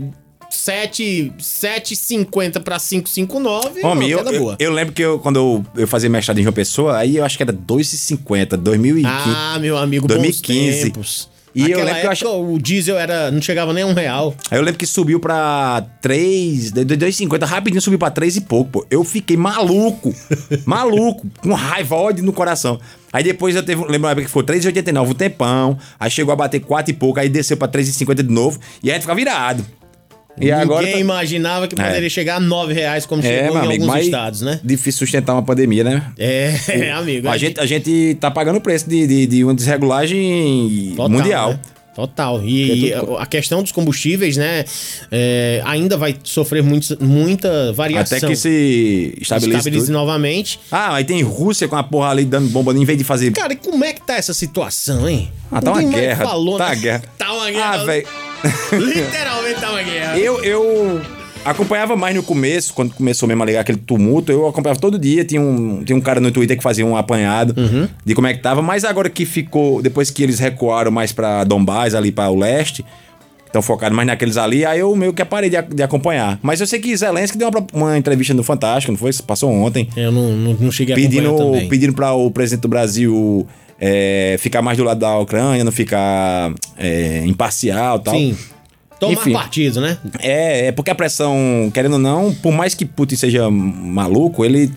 S3: 7, 7,50 pra 559, é uma
S2: Homem, eu,
S3: queda
S2: eu,
S3: boa.
S2: eu lembro que eu, quando eu, eu fazia mestrado em João Pessoa, aí eu acho que era 2,50, 2015.
S3: ah, meu amigo,
S2: 2015.
S3: bons tempos.
S2: E eu
S3: Naquela
S2: lembro que eu
S3: época, o diesel era, não chegava nem a um real.
S2: Aí eu lembro que subiu pra 3, de- de 2,50, rapidinho subiu pra 3 e pouco, pô. Eu fiquei maluco, maluco, com raiva, ódio no coração. Aí depois eu teve, lembro uma época que foi 3,89, um tempão, aí chegou a bater 4 e pouco, aí desceu pra 3,50 de novo, e aí ficava virado. E
S3: Ninguém
S2: agora... tá-
S3: imaginava que poderia chegar a 9 reais, como
S2: É,
S3: chegou
S2: meu
S3: em
S2: amigo,
S3: alguns
S2: mas
S3: estados, né?
S2: difícil sustentar uma pandemia, né?
S3: É, amigo.
S2: A gente, a gente tá pagando o preço de, de, de uma desregulagem
S3: Total,
S2: mundial.
S3: né? Total. E,
S2: Que é tudo-
S3: a questão dos combustíveis, né? é, ainda vai sofrer muito, muita variação.
S2: Até que se estabeleça
S3: Estabilize
S2: tudo.
S3: novamente.
S2: Ah, aí tem Rússia com a porra ali dando bomba, em vez de fazer...
S3: Cara, e como é que tá essa situação, hein?
S2: Ah, tá uma
S3: Ninguém mais
S2: guerra.
S3: Falou,
S2: tá
S3: né?
S2: uma guerra.
S3: Tá uma guerra.
S2: Ah, velho.
S3: Literalmente tá uma guerra.
S2: Eu, eu acompanhava mais no começo, quando começou mesmo a ligar aquele tumulto, eu acompanhava todo dia. Tinha um, tinha um cara no Twitter que fazia um apanhado
S3: Uhum.
S2: de como é que tava. Mas agora que ficou, depois que eles recuaram mais pra Donbass, ali pra o leste, estão focados mais naqueles ali, aí eu meio que parei de, a- de acompanhar. Mas eu sei que Zelensky deu uma, pro- uma entrevista no Fantástico, não foi? Passou ontem
S3: Eu não, não, não cheguei a acompanhar
S2: pedindo,
S3: também.
S2: pedindo para o presidente do Brasil é, ficar mais do lado da Ucrânia, não ficar é, imparcial e tal.
S3: Sim. Tomar
S2: Enfim.
S3: partido, né?
S2: É, é porque a pressão, querendo ou não, por mais que Putin seja maluco, ele.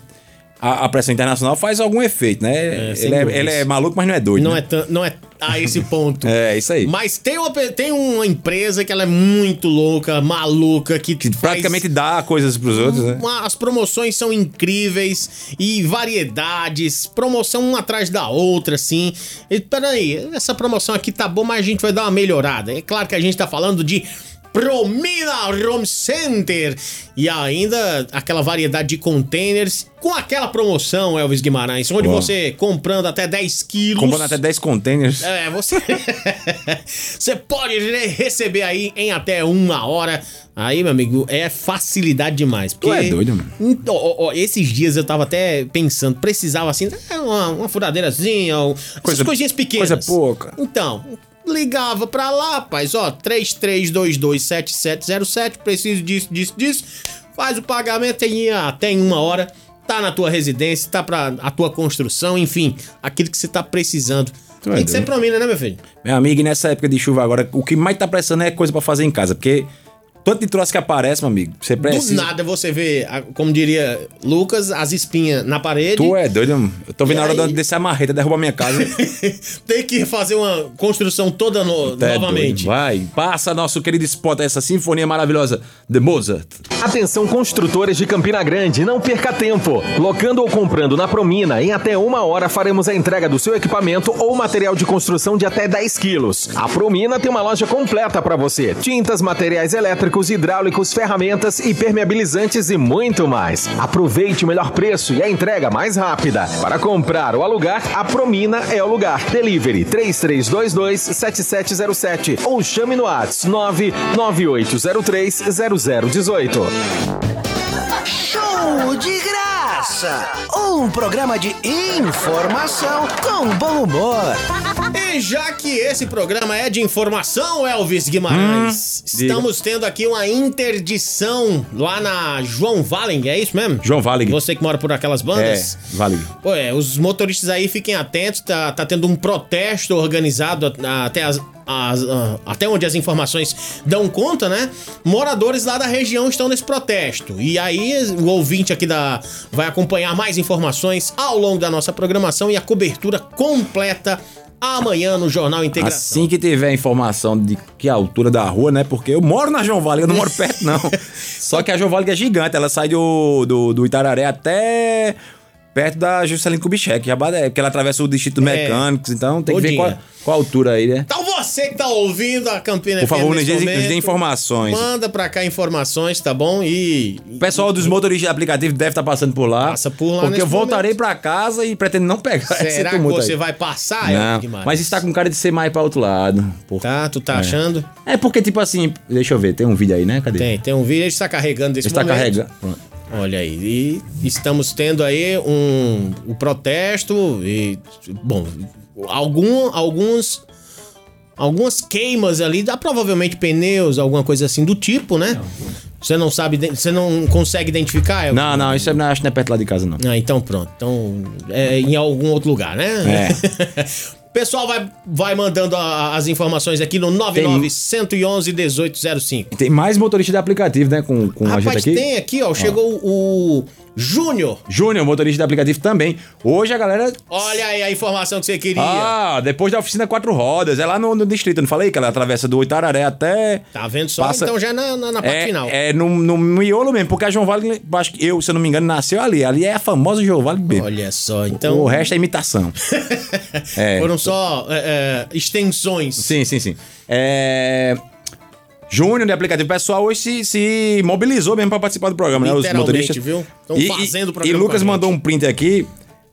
S2: A, a pressão internacional faz algum efeito, né?
S3: É, sem
S2: ele, é,
S3: dúvidas.
S2: ele é maluco, mas não é doido.
S3: Não
S2: né?
S3: é, tan- não é a esse ponto.
S2: É, isso aí.
S3: Mas tem uma, pe- tem uma empresa que ela é muito louca, maluca, que,
S2: Que
S3: faz-
S2: praticamente dá coisas pros outros, né?
S3: Uma- As promoções são incríveis e variedades, promoção uma atrás da outra, assim. E peraí, essa promoção aqui tá boa, mas a gente vai dar uma melhorada. É claro que a gente tá falando de Promina Home Center e ainda aquela variedade de containers com aquela promoção, Elvis Guimarães, onde
S2: Uau.
S3: você comprando até 10 quilos.
S2: Comprando até 10 containers.
S3: É, você. você pode re- receber aí em até uma hora. Aí, meu amigo, é facilidade demais. Porque...
S2: é doido, mano.
S3: Então, ó, ó, esses dias eu tava até pensando, precisava assim, é, uma, uma furadeirazinha, ou... essas
S2: Coisa-
S3: coisinhas pequenas.
S2: coisa pouca.
S3: Então, ligava pra lá, rapaz, ó, 33227707, preciso disso, disso, disso. Faz o pagamento em ah, até em uma hora, tá na tua residência, tá pra a tua construção, enfim, aquilo que você tá precisando.
S2: é
S3: Tem que ser
S2: doido.
S3: promina, né, meu filho?
S2: Meu amigo, e nessa época de chuva agora, o que mais tá pressando é coisa pra fazer em casa, porque tanto de troço que aparece, meu amigo. Você
S3: Do
S2: precisa.
S3: nada né? você vê, a- como diria Lucas, as espinhas na parede.
S2: Tu é doido, mano. Eu tô vendo
S3: E
S2: a hora
S3: aí?
S2: de descer a marreta, derrubar minha casa.
S3: Tem que fazer uma construção toda no-
S2: Tu é doido.
S3: novamente.
S2: Vai, passa nosso querido spot, essa sinfonia maravilhosa de Mozart.
S1: Atenção construtores de Campina Grande, não perca tempo. Locando ou comprando na Promina, em até uma hora faremos a entrega do seu equipamento ou material de construção de até 10 quilos. A Promina tem uma loja completa para você. Tintas, materiais elétricos, hidráulicos, ferramentas, e permeabilizantes e muito mais. Aproveite o melhor preço e a entrega mais rápida. Para comprar ou alugar, a Promina é o lugar. Delivery 3322-7707 ou chame no WhatsApp 99803-0018.
S8: Show de graça! Um programa de informação com bom humor.
S3: E já que esse programa é de informação, Elvis
S2: Hum,
S3: Guimarães, estamos tendo aqui uma interdição lá na João Valen, é isso mesmo?
S2: João Valig.
S3: Você que mora por aquelas
S2: É,
S3: bandas?
S2: Valig.
S3: Pô, é, os motoristas aí fiquem atentos, tá, tá tendo um protesto organizado a- a- até as- as- ah, até onde as informações dão conta, né? Moradores lá da região estão nesse protesto. E aí o ouvinte aqui da vai acompanhar mais informações ao longo da nossa programação e a cobertura completa amanhã no Jornal Integração.
S2: Assim que tiver informação de que altura da rua, né? Porque eu moro na João Vale, eu não moro perto, não. Só que a João Vale é gigante, ela sai do, do, do Itararé até perto da Juscelino Kubitschek, é Jabaré, porque ela atravessa o Distrito Mecânicos, então tem que ver
S3: É. Todinha.
S2: qual, qual a altura aí, né?
S3: Então você que tá ouvindo a Campina
S2: Por favor, nos
S3: nesse
S2: dê, nos dê
S3: momento,
S2: informações.
S3: Manda pra cá informações, tá bom? E
S2: O pessoal dos motoristas de aplicativo deve estar passando por lá.
S3: Passa por lá
S2: Porque
S3: nesse
S2: eu voltarei pra casa e pretendo não pegar esse
S3: será que
S2: tumulto
S3: você
S2: aí.
S3: vai passar, Elvis
S2: Não,
S3: Guimarães?
S2: mas está com cara de ser mais pra outro lado. Por-
S3: Tá, tu tá achando?
S2: É porque, tipo assim, deixa eu ver, tem um vídeo aí, né? Cadê?
S3: Tem, tem um vídeo, a gente tá carregando desse
S2: Está
S3: momento.
S2: carregando. Pronto.
S3: Olha aí, e estamos tendo aí um, o protesto e, bom, algum, alguns, algumas queimas ali, dá provavelmente pneus, alguma coisa assim do tipo, né? Você não sabe, iden- você não consegue identificar? Elton?
S2: Não, não, isso eu não acho que não é perto lá de casa, não.
S3: Ah, então pronto. Então é em algum outro lugar, né?
S2: É.
S3: O Pessoal, vai, vai mandando a- as informações aqui no 99 111 1805.
S2: E Tem mais motorista de aplicativo, né? Com, com a gente
S3: Rapaz,
S2: aqui. Ah.
S3: tem aqui, ó. Chegou o Júnior.
S2: Júnior, motorista de aplicativo também. Hoje a galera.
S3: Olha aí a informação que você queria.
S2: Ah, depois da oficina quatro rodas. É lá no, no distrito, eu não falei? Que ela atravessa do Itararé até.
S3: tá vendo só?
S2: passa-
S3: Então já na, na, na parte
S2: é,
S3: final.
S2: É no, no miolo mesmo, porque a João Vale, acho que eu, se eu não me engano, nasceu ali. Ali é a famosa João Vale mesmo.
S3: Olha só, então.
S2: O resto é imitação. é.
S3: Foram só é, é, extensões.
S2: Sim, sim, sim. É. Júnior de aplicativo pessoal hoje se, se mobilizou mesmo pra participar do programa, né? Os
S3: Literalmente,
S2: motoristas.
S3: viu? Tão
S2: E-
S3: fazendo o
S2: e,
S3: programa
S2: E
S3: com a
S2: Lucas
S3: gente.
S2: mandou um print aqui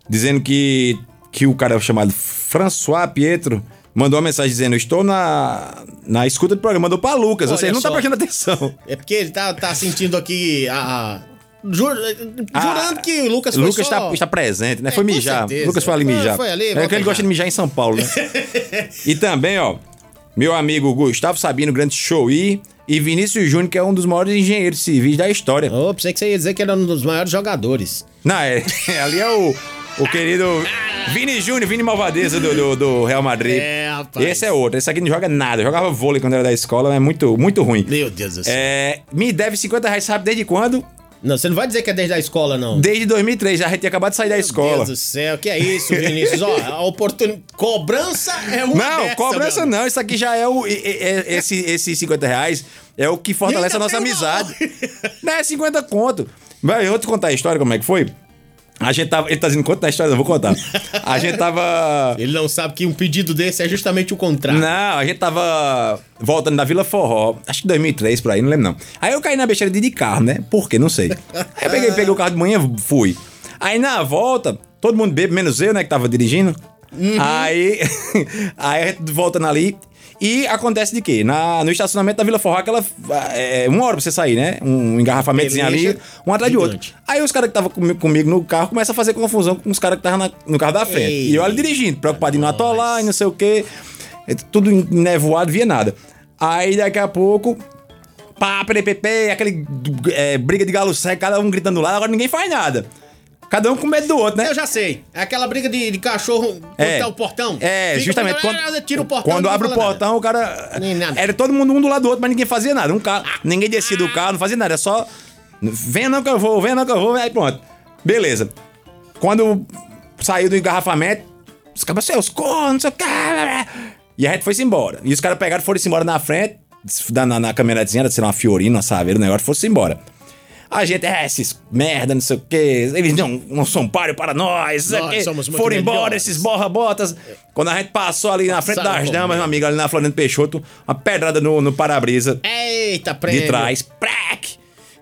S2: dizendo que, que o cara chamado François Pietro mandou uma mensagem dizendo: Estou na, na escuta do programa. Mandou pra Lucas, ou
S3: Olha
S2: seja, ele não tá
S3: só.
S2: prestando atenção.
S3: É porque ele tá, tá sentindo aqui a. a- ju- é, jurando
S2: Ah,
S3: que o Lucas foi
S2: Lucas
S3: só...
S2: está, está presente,
S3: É,
S2: né? Foi
S3: com
S2: mijar.
S3: certeza.
S2: Lucas foi ali
S3: Foi-
S2: mijar.
S3: foi ali,
S2: é
S3: volta
S2: que ele
S3: já.
S2: gosta de mijar em São Paulo, né? e também, ó, meu amigo Gustavo Sabino, grande showí, e Vinícius Júnior, que é um dos maiores engenheiros civis da história.
S3: Ô, pensei que você ia dizer que era um dos maiores jogadores.
S2: Não, é, ali é o, o querido Vini Júnior, Vini Malvadeza do, do, do Real Madrid.
S3: É, rapaz.
S2: Esse é outro. Esse aqui não joga nada. Jogava vôlei quando era da escola, mas é muito, muito ruim.
S3: Meu Deus do céu.
S2: É, me deve 50 reais, sabe desde quando?
S3: Não, você não vai dizer que é desde a escola, não.
S2: Desde 2003, já tinha acabado de sair da escola.
S3: Meu Deus do céu, que é isso, Vinícius? Ó, a oportunidade. Cobrança é uma
S2: Não,
S3: dessa,
S2: cobrança
S3: meu.
S2: não. Isso aqui já é o. e- e- e- Esse, esses 50 reais é o que
S3: E
S2: fortalece
S3: ainda
S2: a nossa
S3: tem uma
S2: amizade. Não é 50 conto. Vai, eu vou te contar a história, como é que foi? A gente tava. Ele tá dizendo conta a história, eu vou contar. A gente tava.
S3: Ele não sabe que um pedido desse é justamente o contrário.
S2: Não, a gente tava voltando da Vila Forró, acho que 2003 por aí, não lembro não. Aí eu caí na besteira de ir de carro, né? Por quê? Não sei. Aí eu peguei, peguei o carro de manhã, fui. Aí na volta, todo mundo bebe, menos eu, né, que tava dirigindo. Aí, aí a gente voltando ali. E acontece de quê? Na, no estacionamento da Vila Forró, aquela. É, uma hora pra você sair, né? Um engarrafamentozinho ali,
S3: Peleja
S2: um atrás de outro.
S3: gigante.
S2: Aí os caras que estavam comigo, comigo no carro começam a fazer confusão com os caras que estavam na- no carro da frente.
S3: Ei.
S2: E eu ali dirigindo, preocupado em não atolar e não sei o quê. É Tudo nevoado, via nada. Aí daqui a pouco. Pá, perepepe, aquele é, briga de galo seco, cada um gritando lá, agora ninguém faz nada. Cada um com medo do outro, né?
S3: Eu já sei. É aquela briga de, de cachorro quando
S2: É.
S3: tá o portão.
S2: É,
S3: Fica
S2: justamente.
S3: falando,
S2: Quando,
S3: "Ah, tira o portão.
S2: quando
S3: ninguém
S2: abre o
S3: fala nada."
S2: portão, o cara.
S3: Nem nada. Ah.
S2: Era todo mundo um do lado do outro, mas ninguém fazia nada. Um carro, ninguém descia do carro, não fazia nada. Era só. Vem não que eu vou, vem não que eu vou, aí pronto. Beleza. Quando saiu do engarrafamento, os caras assim, seus cornos, não sei o que. E a gente foi-se embora. E os caras pegaram, foram-se embora na frente, na, na, na caminhonetezinha, era, sei lá, uma Fiorina, uma Saveiro, o negócio, foram-se embora. A gente, é, esses merda, não sei o quê. Eles não, não são páreo para nós. não sei o
S3: Nós
S2: quê.
S3: somos muito
S2: Foram embora,
S3: melhores.
S2: esses borra-botas. Quando a gente passou ali na frente
S3: Passaram
S2: das
S3: por
S2: damas,
S3: mim.
S2: meu amigo, ali na Floriano Peixoto, uma pedrada no, no para-brisa
S3: Eita, prêmio.
S2: de trás. Prac!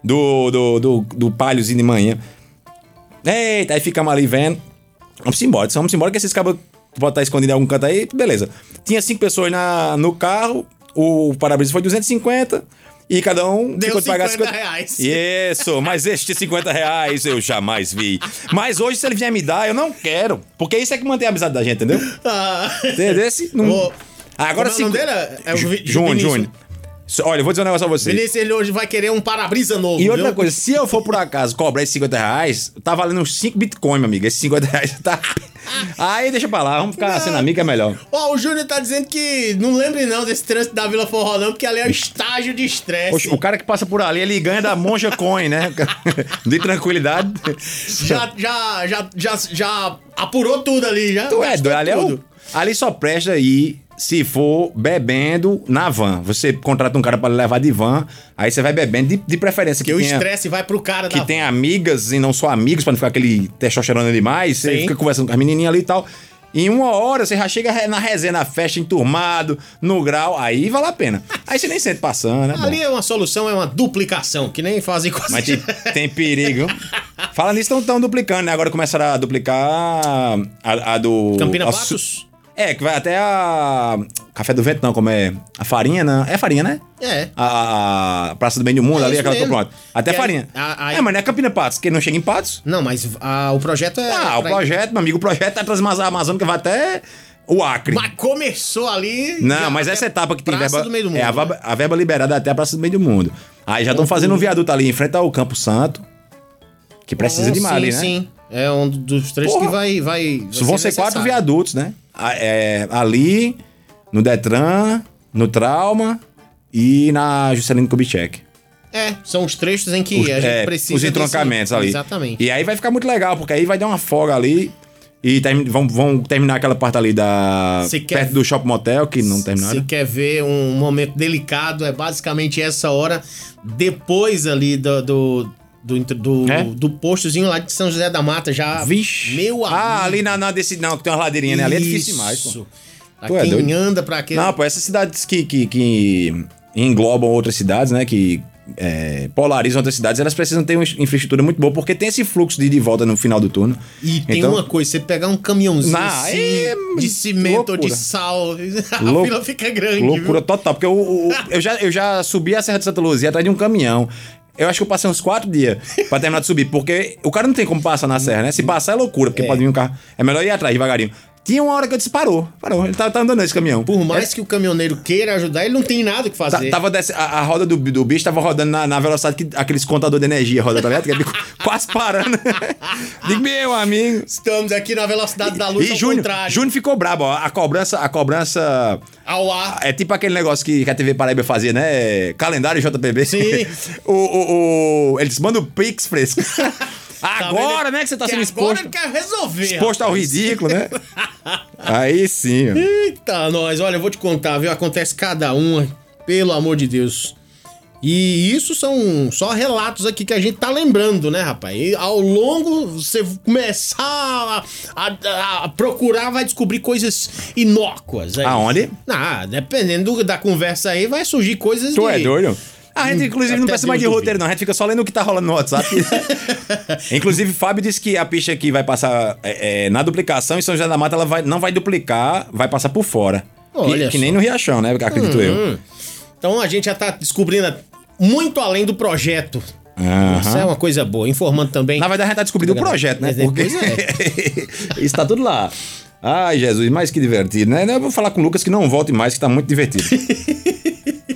S2: Do, do, do, do palhozinho de manhã. Eita, aí ficamos ali vendo. Vamos embora, vamos embora que esses cabos podem estar escondidos em algum canto aí. Beleza. Tinha cinco pessoas na, no carro, o para-brisa foi 250 e cada um
S3: Deu
S2: ficou de pagar
S3: 50 reais.
S2: Isso, mas este 50 reais eu jamais vi. Mas hoje, se ele vier me dar, eu não quero. Porque isso é que mantém a amizade da gente, entendeu?
S3: Ah.
S2: Entendeu? Esse não-
S3: Ô,
S2: Agora
S3: como é o nome
S2: cinco-
S3: dele? É o Vi-
S2: Júnior,
S3: Vinícius.
S2: Júnior. So- Olha, eu vou dizer um negócio a você.
S3: Vinícius, ele hoje vai querer um para-brisa novo.
S2: E outra
S3: viu?
S2: coisa, se eu for por acaso cobrar esses 50 reais, tá valendo uns 5 bitcoins, meu amigo. Esses 50 reais tá. Aí deixa pra lá, vamos ficar sendo amigo, que é melhor.
S3: Ó, o Júnior tá dizendo que não lembre não desse trânsito da Vila Forró não, porque ali é o estágio de estresse.
S2: Poxa, o cara que passa por ali, ele ganha da Monja Coin, né? De tranquilidade.
S3: Já, já, já, já, já apurou tudo ali, já.
S2: Tu é
S3: gastou
S2: doido, ali, é o-
S3: tudo.
S2: ali só presta aí se for bebendo na van. Você contrata um cara pra levar de van, aí você vai bebendo, de, de preferência.
S3: Porque o
S2: tenha-
S3: estresse vai pro cara
S2: que
S3: da...
S2: tem amigas e não só amigos, pra não ficar aquele testosterona demais, você
S3: Sim.
S2: fica conversando com as menininhas ali e tal. Em uma hora você já chega re- na resenha, na festa, enturmado, no grau, aí vale a pena. Aí você nem sente passando, né? bom?
S3: Ali é uma solução, é uma duplicação, que nem fazem com as-
S2: Mas tem, tem perigo. Fala nisso, estão duplicando, né? Agora começaram a duplicar a, a do.
S3: Campina
S2: a su-
S3: Patos?
S2: É, que vai até a. Café do Vento, não, como é? A farinha, não. É farinha, né?
S3: É.
S2: A, a Praça do Bem do Mundo
S3: É
S2: ali,
S3: isso
S2: aquela.
S3: mesmo.
S2: Pronto. Até
S3: Que aí-
S2: farinha.
S3: a- a-
S2: É, mas não é Campina Patos, porque não chega em Patos.
S3: Não, mas ah, o projeto é...
S2: Ah, o
S3: pra-
S2: projeto, meu amigo, o projeto tá transmassar a Amazônica, vai até o Acre.
S3: Mas começou ali...
S2: não,
S3: já
S2: mas
S3: até
S2: essa etapa que tem
S3: praça
S2: verba.
S3: do meio do mundo. né?
S2: é a verba, a verba liberada até a Praça do Meio do Mundo. Aí já estão fazendo um viaduto ali em frente ao Campo Santo, que precisa de
S3: sim,
S2: malha, né?
S3: Sim, É um dos trechos
S2: Porra.
S3: que vai... vai, vai
S2: Isso vão ser quatro
S3: necessário.
S2: viadutos, né? A- é, ali, no Detran, no Trauma e na Juscelino Kubitschek.
S3: É, são os trechos em que a gente
S2: é,
S3: precisa.
S2: os
S3: desse-
S2: entroncamentos ali.
S3: Exatamente.
S2: E aí vai ficar muito legal, porque aí vai dar uma folga ali. E termi- vão, vão terminar aquela parte ali da.
S3: Se quer-
S2: perto do shopping motel, que não né?
S3: Se
S2: terminaram.
S3: quer ver um momento delicado, é basicamente essa hora, depois ali do. do do, intro- do,
S2: É?
S3: do postozinho lá de São José da Mata, já. Meu amigo.
S2: Ah, ali na, na desse. Não, que tem uma ladeirinha, né? Ali é difícil demais, pô.
S3: Isso. Pra
S2: Tu é
S3: quem
S2: doido?
S3: anda pra aquele.
S2: Não, pô, essas cidades que, que, que englobam outras cidades, né? Que é, polarizam outras cidades, elas precisam ter uma infraestrutura muito boa, porque tem esse fluxo de ida e volta no final do turno.
S3: e tem
S2: então-
S3: uma coisa, você pegar um caminhãozinho
S2: Não,
S3: assim,
S2: é
S3: de cimento ou de
S2: loucura.
S3: sal, a
S2: Lou-
S3: fila fica grande. viu?
S2: Loucura total, porque eu, eu- eu já, eu já subi a Serra de Santa Luzia atrás de um caminhão. Eu acho que eu passei uns quatro dias pra terminar de subir, porque o cara não tem como passar na serra, né? Se passar é loucura, porque pode vir um carro. É melhor ir atrás devagarinho. Tinha uma hora que eu disse, parou, parou. Ele tava, tava andando esse caminhão.
S3: Por mais que o caminhoneiro queira ajudar, ele não tem nada o que
S2: Ta-
S3: fazer.
S2: tava desce- a, a roda do, do bicho tava rodando na, na velocidade que aqueles contadores de energia roda, tá ligado? Que ele ficou Quase parando. Digo, meu amigo.
S3: Estamos aqui na velocidade da luz
S2: E
S3: ao
S2: Júnior,
S3: contrário.
S2: Júnior ficou brabo, ó. A cobrança, a cobrança
S3: Ao ar.
S2: É tipo aquele negócio que, que a TV Paraíba fazia, né? Calendário JPB.
S3: Sim.
S2: o, o, o- eles mandam o Pix fresco.
S3: Tá
S2: agora,
S3: vendo?
S2: né, que você tá
S3: Agora
S2: sendo exposto.
S3: ele quer resolver.
S2: Exposto ao
S3: rapaz.
S2: ridículo, né? Aí sim. ó.
S3: Eita, nós. Olha, eu vou te contar, viu? Acontece cada uma, pelo amor de Deus. E isso são só relatos aqui que a gente tá lembrando, né, rapaz? E ao longo, você começar a, a- a procurar, vai descobrir coisas inócuas. aí.
S2: Aonde?
S3: Ah, dependendo do- da conversa aí, vai surgir coisas
S2: Tu
S3: de-
S2: é doido? Hum. A gente, inclusive, não
S3: até
S2: precisa mais de
S3: Deus
S2: roteiro, não. A gente fica só lendo o que tá rolando no WhatsApp. inclusive, Fábio disse que a pista que vai passar é, é, na duplicação em São José da Mata, ela vai- não vai duplicar, vai passar por fora.
S3: Olha
S2: que, que nem no Riachão, né? Acredito eu.
S3: Então a gente já tá descobrindo muito além do projeto. Isso é uma coisa boa. Informando também.
S2: Na verdade, a gente tá descobrindo o projeto, né?
S3: Mas é,
S2: Porque
S3: pois
S2: isso tá tudo lá. Ai, Jesus, mas que divertido, né? Eu vou falar com o Lucas que não volte mais, que tá muito divertido.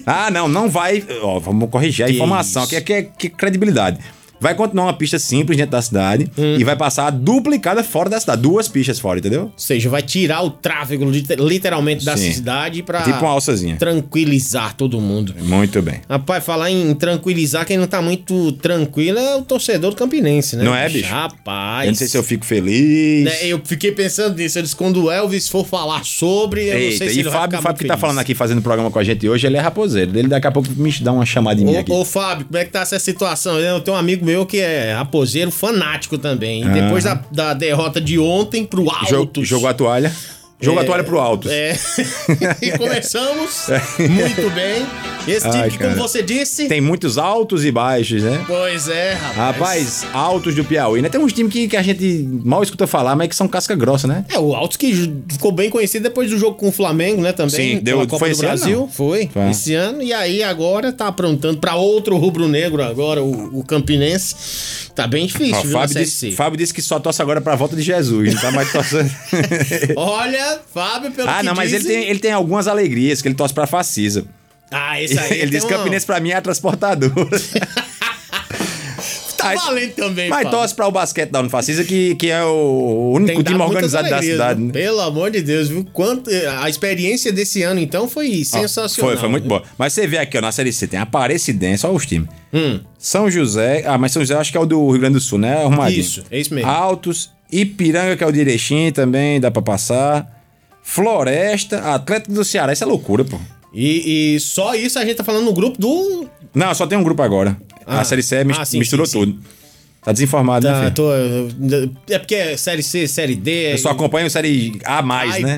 S2: ah, não, não vai. Ó, vamos corrigir a informação,
S3: isso.
S2: que aqui é que credibilidade. Vai continuar uma pista simples dentro da cidade
S3: Hum.
S2: e vai passar a duplicada fora da cidade. Duas pistas fora, entendeu?
S3: Ou seja, vai tirar o tráfego lit- literalmente da
S2: Sim.
S3: cidade pra
S2: Tipo uma alçazinha.
S3: tranquilizar todo mundo.
S2: Muito bem.
S3: Rapaz, falar em tranquilizar, quem não tá muito tranquilo é o torcedor do Campinense, né?
S2: Não é, bicho?
S3: Rapaz.
S2: Eu não sei se eu fico feliz.
S3: Né, eu fiquei pensando nisso. Eles, quando o Elvis for falar sobre, eu não
S2: Eita,
S3: sei se
S2: e
S3: ele vai
S2: Fábio,
S3: ficar
S2: Fábio
S3: muito
S2: que tá
S3: feliz.
S2: falando aqui, fazendo programa com a gente hoje, ele é raposeiro. Ele daqui a pouco me dá uma chamada em mim aqui.
S3: Ô, ô, Fábio, como é que tá essa situação? Eu tenho um amigo meu que é raposeiro fanático também. E depois da, da derrota de ontem pro Altos.
S2: Jogo, jogo a toalha. Jogo a toalha pro alto.
S3: É. e começamos muito bem. Esse time
S2: Ai,
S3: que,
S2: cara.
S3: como você disse...
S2: Tem muitos altos e baixos, né?
S3: Pois é, rapaz.
S2: Rapaz, altos do Piauí, né? Tem uns times que, que a gente mal escuta falar, mas que são casca grossa, né?
S3: É, o Altos que ju- ficou bem conhecido depois do jogo com o Flamengo, né? Também.
S2: Sim, deu-
S3: pela Copa
S2: foi
S3: do
S2: esse ano,
S3: Brasil.
S2: não?
S3: foi,
S2: Foi.
S3: Esse ano. E aí agora tá aprontando pra outro rubro-negro agora, o, o Campinense. Tá bem difícil,
S2: Ó,
S3: viu?
S2: Fábio,
S3: na Série
S2: disse,
S3: C.
S2: Fábio disse que só torce agora pra volta de Jesus, não tá mais torcendo.
S3: Olha, Fábio, pelo
S2: ah,
S3: que
S2: não, mas ele
S3: dizem-
S2: tem, ele tem algumas alegrias, que ele torce pra Facisa.
S3: Ah, esse aí.
S2: ele
S3: tem
S2: disse
S3: uma-
S2: que Campinense pra mim é a transportadora.
S3: Tá
S2: Aí-
S3: valendo também,
S2: tá- Mas
S3: Fábio.
S2: torce pra o basquete da Unifacisa, que, que é o
S3: Tem
S2: único
S3: dado
S2: time
S3: muitas
S2: organizado da
S3: alegrias,
S2: cidade,
S3: viu?
S2: né?
S3: Pelo amor de Deus, viu? Quanto... A experiência desse ano, então, foi
S2: Ó,
S3: sensacional.
S2: Ah, Foi, foi muito
S3: viu?
S2: bom. Mas você vê aqui, ó, na Série C tem Aparecidense, olha os times.
S3: Hum.
S2: São José, ah, mas São José eu acho que é o do Rio Grande do Sul, né? Arrumadinho.
S3: Isso, é isso mesmo.
S2: Altos, Ipiranga, que é o de Erechim também, dá pra passar. Floresta, Atlético do Ceará, isso é loucura, pô.
S3: E, e só isso a gente tá falando no grupo do.
S2: Não, só tem um grupo agora.
S3: Ah.
S2: A Série C é mis-
S3: Ah, sim,
S2: misturou
S3: sim, sim.
S2: tudo. Tá desinformado, né,
S3: Tá,
S2: filho?
S3: tô, é porque é série C, série D.
S2: Eu só acompanho Série A+,
S3: A, e-
S2: né?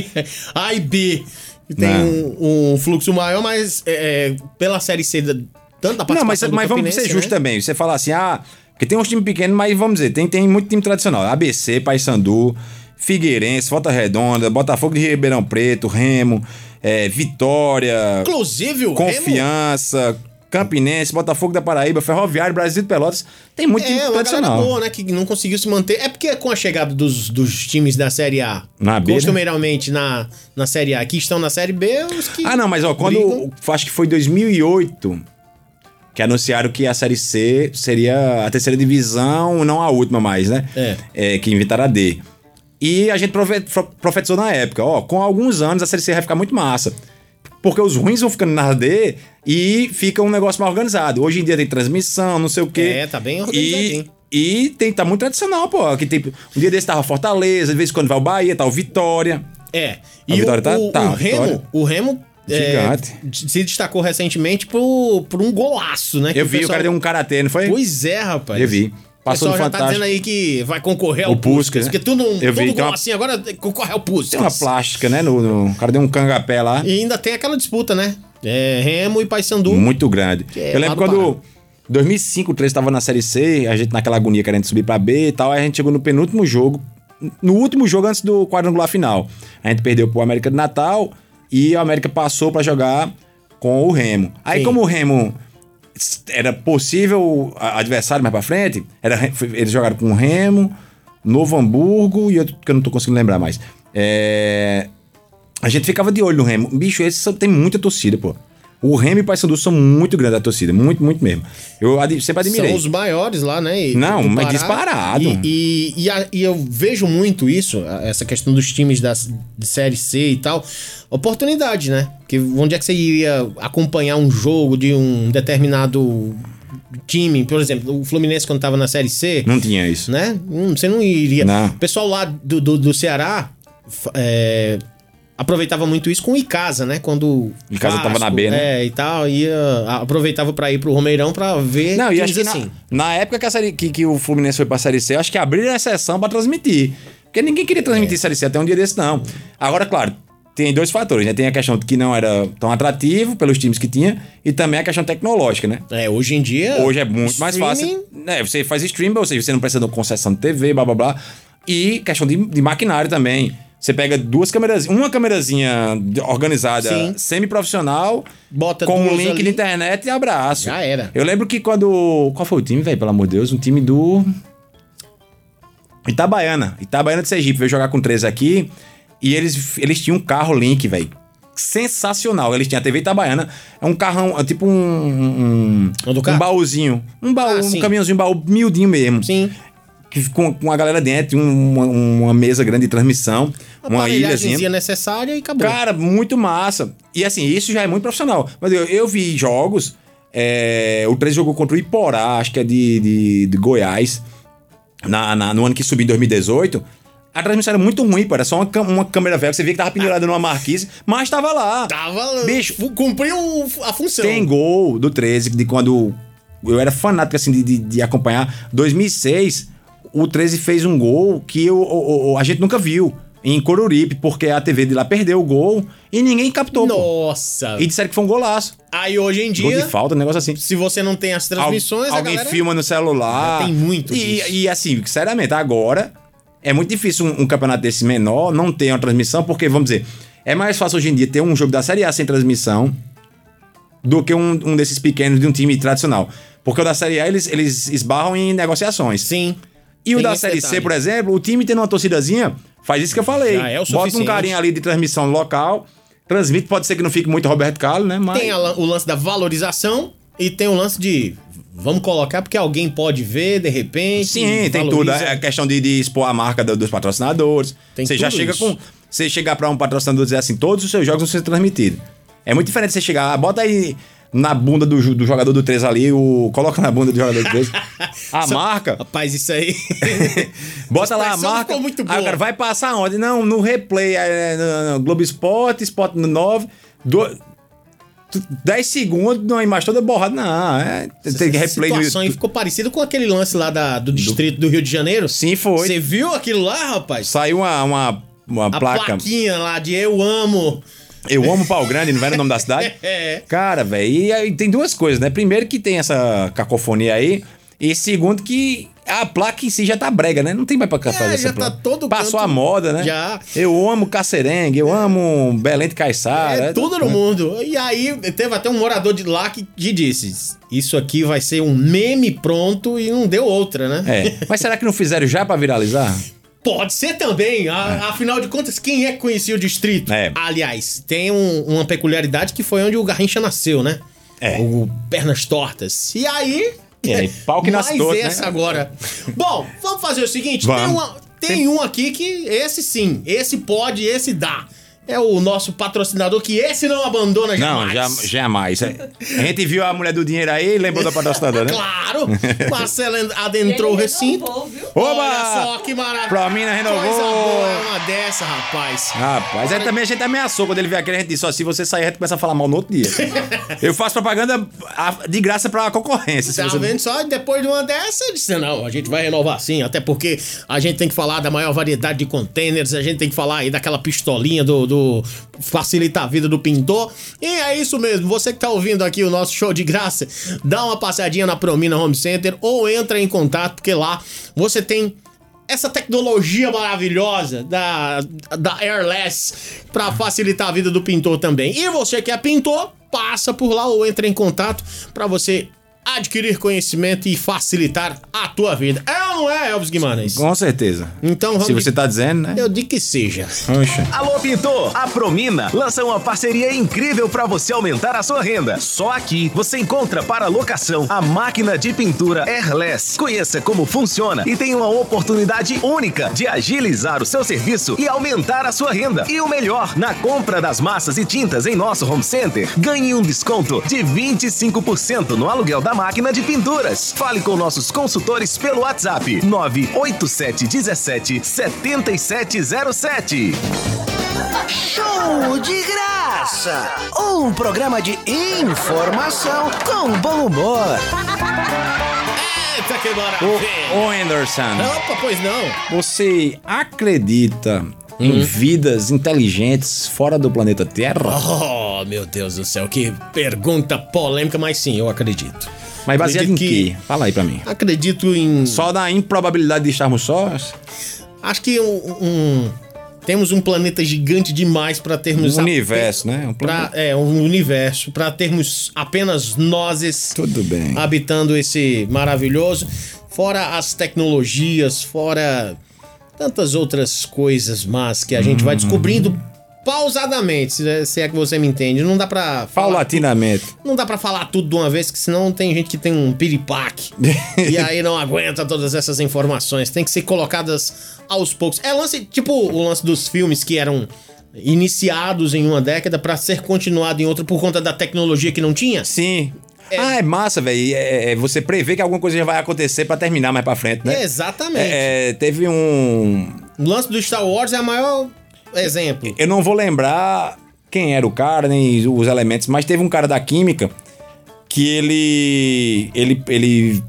S3: A e B. que Tem
S2: Não.
S3: um, um fluxo maior, mas é, é, pela série C, da, tanto da participação
S2: Não, mas,
S3: do
S2: mas vamos
S3: Campinense,
S2: ser justos
S3: né?
S2: também. Você falar assim, ah, porque tem uns times pequenos, mas vamos dizer, tem, tem muito time tradicional. ABC, Paysandu, Figueirense, Volta Redonda, Botafogo de Ribeirão Preto, Remo, eh, Vitória,
S3: Inclusive, o Remo-
S2: Confiança, Campinense, Botafogo da Paraíba, Ferroviário, Brasil de Pelotas. Tem muito
S3: É,
S2: time
S3: uma galera
S2: tradicional.
S3: boa, né? Que não conseguiu se manter. É porque com a chegada dos, dos times da Série A,
S2: Na B, né?
S3: costumeiramente na, na Série A, que estão na Série B, os que...
S2: Ah, não, mas ó, quando.
S3: brigam.
S2: Acho que foi 2008 que anunciaram que a Série C seria a terceira divisão, não a última mais, né?
S3: É.
S2: que inventaram a D. E a gente profe- pro- profetizou na época, ó, com alguns anos a Série C vai ficar muito massa. Porque os ruins vão ficando na D e fica um negócio mal organizado. Hoje em dia tem transmissão, não sei o quê.
S3: É, tá bem organizadinho.
S2: E, e tem, tá muito tradicional, pô. Que tem, um dia desse tava Fortaleza, de vez em quando vai o Bahia, tá o Vitória.
S3: É.
S2: A
S3: E o,
S2: vitória tá-
S3: o-
S2: tá,
S3: o
S2: a vitória.
S3: Remo, o Remo é,
S2: Gigante.
S3: d- se destacou recentemente por, por um golaço, né? que
S2: Eu vi, o cara deu um karatê, não foi?
S3: Pois é, rapaz.
S2: Eu vi. Passou
S3: o pessoal
S2: no
S3: já tá
S2: Fantástico.
S3: dizendo aí que vai concorrer ao
S2: O
S3: Puskas.
S2: Puskas, né?
S3: Porque tudo,
S2: Eu vi,
S3: todo
S2: tem
S3: gol
S2: uma-
S3: assim agora concorre ao Puskas.
S2: Tem uma plástica, né? No, no- o cara deu um cangapé lá.
S3: E ainda tem aquela disputa, né? É, Remo e Paysandu.
S2: Muito grande.
S3: é
S2: eu
S3: lá
S2: lembro
S3: do
S2: quando.
S3: Pará.
S2: 2005, 13 tava na Série C, a gente naquela agonia querendo subir pra B e tal, aí a gente chegou no penúltimo jogo, no último jogo antes do quadrangular final. A gente perdeu pro América de Natal e o América passou pra jogar com o Remo. Aí
S3: Sim.
S2: como o Remo era possível a- adversário mais pra frente, era, re- foi- eles jogaram com o Remo, Novo Hamburgo e outro que eu não tô conseguindo lembrar mais. É, a gente ficava de olho no Remo. Bicho, esse só tem muita torcida, pô. O Remo e o Paysandu são muito grandes da torcida. Muito, muito mesmo. Eu adi- sempre admirei.
S3: São os maiores lá, né? E-
S2: Não,
S3: do
S2: mas
S3: Pará.
S2: disparado.
S3: E, e, e a- e eu vejo muito isso, a- essa questão dos times da, s- de Série C e tal. Oportunidade, né? Porque onde é que você iria acompanhar um jogo de um determinado time? Por exemplo, o Fluminense quando tava na Série C,
S2: Não tinha isso.
S3: né? Hum, Você não iria.
S2: Não.
S3: O pessoal lá do, do, do Ceará f- é, aproveitava muito isso com o Icasa, né? Quando. o
S2: Icasa tava
S3: Vasco,
S2: na B, né?
S3: É, e tal. Ia, aproveitava pra ir pro Romeirão pra ver.
S2: Não, e acho
S3: times assim.
S2: que na, na época que, a série- que- que o Fluminense foi pra Série C, eu acho que abriram a exceção pra transmitir. Porque ninguém queria transmitir Série C até um dia desse, não. Agora, claro, tem dois fatores, né? Tem a questão de que não era tão atrativo pelos times que tinha e também a questão tecnológica, né?
S3: É, hoje em dia.
S2: Hoje é muito mais
S3: streaming-
S2: fácil. né? você faz streaming, ou seja, você não precisa de uma concessão de TV, blá blá blá. E questão de, de maquinário também. Você pega duas câmeras, uma câmerazinha de- organizada
S3: Sim.
S2: semi-profissional,
S3: Bota
S2: com um
S3: duas
S2: link
S3: ali.
S2: de internet e abraço.
S3: Já era.
S2: Eu lembro que quando. Qual foi o time, velho? Pelo amor de Deus, um time do. Itabaiana. Itabaiana de Sergipe veio jogar com três aqui. E eles, eles tinham um carro link, velho. sensacional. Eles tinham a TV Itabaiana, é um carrão, é tipo um.
S3: Um
S2: Um,
S3: do carro?
S2: um baúzinho. Um baú,
S3: Ah, sim.
S2: um caminhãozinho, um baú miudinho mesmo.
S3: Sim.
S2: Que- Com, com a galera dentro, um- uma, uma mesa grande de transmissão, uma ilhazinha.
S3: Aparelhagemzinha necessária e acabou.
S2: Cara, muito massa. E assim, isso já é muito profissional. Mas eu, eu vi jogos. é, o 13 jogou contra o Iporá, acho que é de, de, de Goiás. Na, na- no ano que subiu em 2018. A transmissão era muito ruim, pô. Era só uma, cam- uma câmera velha que você via que tava pendurada numa marquise, mas tava lá.
S3: Tava.
S2: Bicho.
S3: fu- Cumpriu a função.
S2: Tem gol do 13, de quando eu era fanático assim, de, de, de acompanhar. 2006, o 13 fez um gol que eu, o- o- a gente nunca viu em Coruripe, porque a TV de lá perdeu o gol e ninguém captou. pô.
S3: Nossa.
S2: E disseram que foi um golaço.
S3: Aí hoje em
S2: Gol de
S3: dia,
S2: falta, um negócio assim.
S3: se você não tem as transmissões,
S2: Al- alguém
S3: a galera...
S2: filma no celular.
S3: Já tem muito
S2: E,
S3: disso.
S2: e assim, sinceramente, agora é muito difícil um, um campeonato desse menor não ter uma transmissão, porque, vamos dizer, é mais fácil hoje em dia ter um jogo da Série A sem transmissão do que um, um desses pequenos de um time tradicional. Porque o da Série A, eles, eles esbarram em negociações.
S3: Sim.
S2: E o
S3: Tem
S2: da
S3: esse
S2: Série
S3: detalhe.
S2: C, por exemplo, o time tendo uma torcidazinha, faz isso que eu falei.
S3: Já é o
S2: Bota um
S3: suficiente.
S2: carinha ali de transmissão local, transmite, pode ser que não fique muito Roberto Carlos, né? Mas...
S3: Tem a lan- o lance da valorização e tem o lance de... Vamos colocar porque alguém pode ver, de repente.
S2: Sim, tem
S3: valoriza.
S2: tudo. É a questão de, de expor a marca do- dos patrocinadores.
S3: Tem
S2: você já
S3: tudo
S2: chega
S3: isso.
S2: com. Você chegar pra um patrocinador e dizer assim: todos os seus jogos vão ser transmitidos. É muito diferente você chegar, ah, bota aí na bunda do, ju- do jogador do 3 ali, o, coloca na bunda do jogador do 3 a marca.
S3: Rapaz, isso aí...
S2: Bota lá a
S3: expressão
S2: marca.
S3: ficou muito
S2: Aí o
S3: boa.
S2: cara vai passar onde? Não, no replay, é, no, no Globo Esporte, Esporte no 9. Do, 10 segundos, uma imagem toda borrada. Não, é, tem
S3: Essa
S2: replay no
S3: situação aí
S2: YouTube.
S3: ficou parecido com aquele lance lá da- do distrito do Rio de Janeiro.
S2: Sim, foi.
S3: Você viu aquilo lá, rapaz?
S2: Saiu uma, uma, uma
S3: A
S2: placa.
S3: plaquinha lá de eu amo.
S2: Eu amo pau grande, não era o nome da cidade?
S3: É.
S2: Cara, velho, e aí tem duas coisas, né? Primeiro que tem essa cacofonia aí, e segundo que a placa em si já tá brega, né? Não tem mais pra fazer essa
S3: já
S2: placa.
S3: tá todo
S2: Passou
S3: canto-
S2: a moda, né?
S3: Já.
S2: Eu amo Cacerengue, eu amo Belém de Caiçara.
S3: é tudo no mundo. E aí teve até um morador de lá que que disse: Isso aqui vai ser um meme pronto e não deu outra, né?
S2: É. Mas será que não fizeram já pra viralizar?
S3: Pode ser também. a- Afinal de contas, quem é que conhecia o distrito?
S2: É.
S3: Aliás, tem um- uma peculiaridade que foi onde o Garrincha nasceu, né?
S2: É.
S3: O Pernas Tortas. E aí.
S2: E aí, pau que nasce
S3: mais
S2: torto, né?
S3: essa agora. Bom, vamos fazer o seguinte: tem,
S2: Vamos.
S3: uma- tem um aqui que esse sim, esse pode, esse dá. É o nosso patrocinador que esse não abandona
S2: Não,
S3: jamais.
S2: já, jamais. É. A gente viu a mulher do dinheiro aí e lembrou da patrocinadora, né?
S3: Claro! Marcelo adentrou o recinto.
S2: Oba!
S3: Olha só que maravilha!
S2: Promina renovou.
S3: Coisa boa é uma dessa, rapaz.
S2: Rapaz, aí também a gente ameaçou quando ele veio aqui, a gente disse, ó, se você sair, a gente começa a falar mal no outro dia. Eu faço propaganda a- de graça pra concorrência. se
S3: Tá
S2: você-
S3: vendo só? Depois de uma dessa, eu disse, não, a gente vai renovar sim, até porque a gente tem que falar da maior variedade de containers, a gente tem que falar aí daquela pistolinha do, do facilitar a vida do pintor. E é isso mesmo, você que tá ouvindo aqui o nosso show de graça, dá uma passadinha na Promina Home Center ou entra em contato, porque lá você tem essa tecnologia maravilhosa da, da Airless para facilitar a vida do pintor também. E você que é pintor, passa por lá ou entra em contato para você adquirir conhecimento e facilitar a tua vida. É ou não é, Elvis Guimarães?
S2: Com certeza.
S3: Então vamos
S2: Se você
S3: de-
S2: tá dizendo, né?
S3: Eu digo que seja.
S2: Poxa.
S1: Alô Pintor, a Promina lança uma parceria incrível para você aumentar a sua renda. Só aqui você encontra para locação a máquina de pintura Airless. Conheça como funciona e tem uma oportunidade única de agilizar o seu serviço e aumentar a sua renda. E o melhor, na compra das massas e tintas em nosso home center, ganhe um desconto de 25% no aluguel da máquina de pinturas. Fale com nossos consultores pelo WhatsApp 987 17 7707.
S8: Show de graça! Um programa de informação com bom humor.
S3: Eita, que
S2: Ô,
S3: maravilha!
S2: ô, Anderson,
S3: Opa, pois não.
S2: você acredita
S3: Hum.
S2: em vidas inteligentes fora do planeta Terra?
S3: Oh, meu Deus do céu, que pergunta polêmica, mas sim, eu acredito.
S2: Mas baseado em
S3: acredito que-
S2: quê? Fala aí pra mim.
S3: Acredito em
S2: Só na improbabilidade de estarmos sós?
S3: Acho que um, um- temos um planeta gigante demais pra termos
S2: Um
S3: a-
S2: universo, né? Um
S3: pra-
S2: planeta-
S3: é um universo para termos apenas nós
S2: Tudo bem.
S3: habitando esse maravilhoso, fora as
S2: Hum.
S3: tecnologias, fora tantas outras coisas más que a gente vai descobrindo pausadamente, se é- se é que você me entende. Não dá pra falar.
S2: Paulatinamente.
S3: Não dá pra falar tudo de uma vez, que senão tem gente que tem um piripaque. e aí não aguenta todas essas informações. Tem que ser colocadas aos poucos. É lance, tipo o lance dos filmes que eram iniciados em uma década pra ser continuado em outra por conta da tecnologia que não tinha.
S2: Sim. Ah, é massa, velho. É, é, você prevê que alguma coisa já vai acontecer pra terminar mais pra frente, né?
S3: Exatamente.
S2: É, é, teve um.
S3: O lance do Star Wars é o maior exemplo.
S2: Eu não vou lembrar quem era o cara, nem os elementos, mas teve um cara da química que ele. ele, ele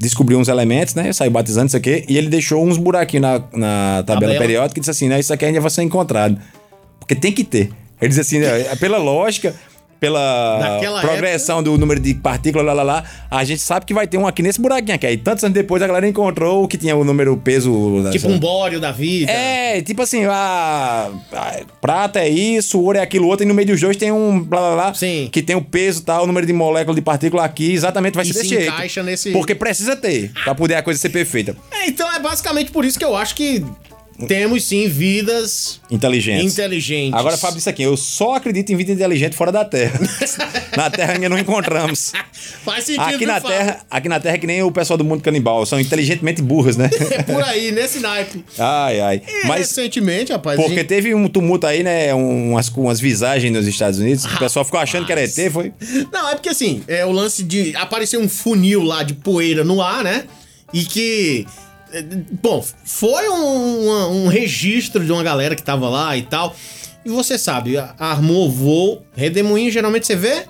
S2: descobriu uns elementos, né? Saiu batizando isso aqui, e ele deixou uns buraquinhos na, na tabela
S3: Tabela.
S2: periódica e disse assim, né? Isso aqui ainda vai ser encontrado. Porque tem que ter. Ele diz assim, né, pela lógica. Pela
S3: Naquela
S2: progressão do número de partículas, lá, lá, lá, a gente sabe que vai ter um aqui nesse buraquinho aqui. Aí, tantos anos depois, a galera encontrou o que tinha o número, o peso...
S3: Tipo um bório da vida.
S2: É, tipo assim, a, a prata é isso, ouro é aquilo outro, e no meio dos dois tem um blá blá blá,
S3: Sim.
S2: que tem o peso e tal, o número de molécula de partícula aqui, exatamente vai
S3: E
S2: ser desse
S3: se
S2: jeito.
S3: encaixa nesse-
S2: Porque precisa ter, pra poder a coisa ser perfeita.
S3: É, então é basicamente por isso que eu acho que temos sim vidas
S2: Inteligente.
S3: inteligentes.
S2: Agora, Fábio, isso aqui, eu só acredito em vida inteligente fora da Terra. na Terra ainda não encontramos.
S3: Faz sentido,
S2: Aqui
S3: viu,
S2: na,
S3: Fábio?
S2: terra, aqui na Terra é que nem o pessoal do mundo canibal, são inteligentemente burros, né?
S3: É por aí, nesse naipe.
S2: ai, ai.
S3: E
S2: Mas
S3: recentemente, rapaz. É, assim, a
S2: Porque
S3: gente-
S2: teve um tumulto aí, né? Umas, umas visagens nos Estados Unidos. O pessoal ficou achando que era ET, foi?
S3: Não, é porque assim, é o lance de aparecer um funil lá de poeira no ar, né? E que. é, Bom, foi um, uma- um registro de uma galera que tava lá e tal. E você sabe, a- armou voo, redemoinho, geralmente você vê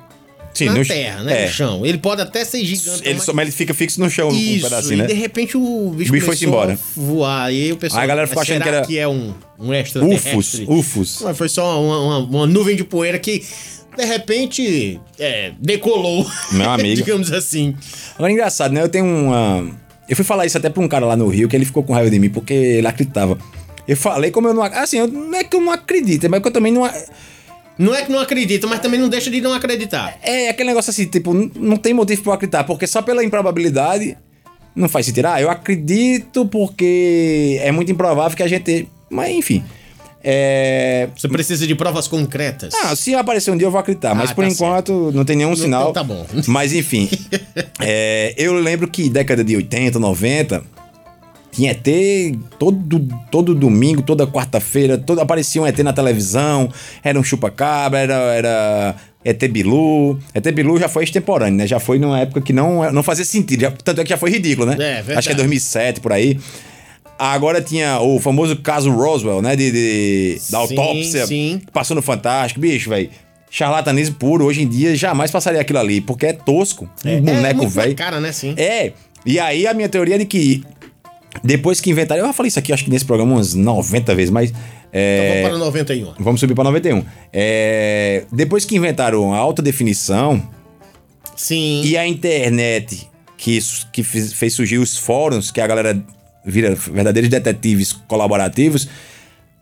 S2: Sim,
S3: na
S2: no-
S3: terra, né?
S2: é.
S3: No chão. Ele pode até ser gigante.
S2: Ele,
S3: mas-
S2: só, mas ele fica fixo no chão um
S3: Isso,
S2: pedacinho,
S3: e de
S2: né?
S3: repente o bicho,
S2: O bicho foi-se
S3: começou
S2: embora.
S3: a voar. E aí o pessoal.
S2: Aí a galera ficou
S3: "Mas
S2: achando
S3: será
S2: que era-
S3: é um, um
S2: Ufos,
S3: extraterrestre.
S2: ufos.
S3: Mas foi só uma, uma- uma nuvem de poeira que, de repente, é, decolou.
S2: Meu amigo.
S3: digamos assim.
S2: Agora é engraçado, né? Eu tenho uma. Eu fui falar isso até pra um cara lá no Rio, que ele ficou com raiva de mim, porque ele acreditava. Eu falei como eu não. ac- Assim, eu- não é que eu não acredito, mas que eu também não. a-
S3: Não é que não acredita, mas também não deixa de não acreditar.
S2: É aquele negócio assim, tipo, n- não tem motivo pra eu acreditar, porque só pela improbabilidade não faz sentido. Ah, eu acredito porque é muito improvável que a gente. Mas enfim. É.
S3: Você precisa de provas concretas.
S2: Ah, se aparecer um dia eu vou acreditar, mas
S3: Ah,
S2: por
S3: tá
S2: enquanto não tem nenhum sinal.
S3: tá bom.
S2: Mas enfim, é, eu lembro que década de 80, 90, tinha ET todo, todo domingo, toda quarta-feira, todo, aparecia um ET na televisão, era um chupa-cabra, era, era ET Bilu. ET Bilu já foi extemporâneo, né? Já foi numa época que não, não fazia sentido, já- tanto é que já foi ridículo, né?
S3: É, verdade.
S2: Acho que é 2007, por aí. Agora tinha o famoso caso Roswell, né? De, de- da
S3: Sim,
S2: autópsia.
S3: sim.
S2: Passou no Fantástico. Bicho, velho. Charlatanismo puro. Hoje em dia jamais passaria aquilo ali. Porque é tosco. um boneco,
S3: muito na
S2: velho.
S3: cara, né? Sim.
S2: É. E aí a minha teoria é de que. Depois que inventaram. Eu já falei isso aqui, acho que nesse programa umas 90 vezes, mas.
S3: Então
S2: É,
S3: vamos para o 91.
S2: Vamos subir pra 91. É, depois que inventaram a alta definição,
S3: Sim.
S2: e a internet que, su- que fiz- fez surgir os fóruns, que a galera vira verdadeiros detetives colaborativos,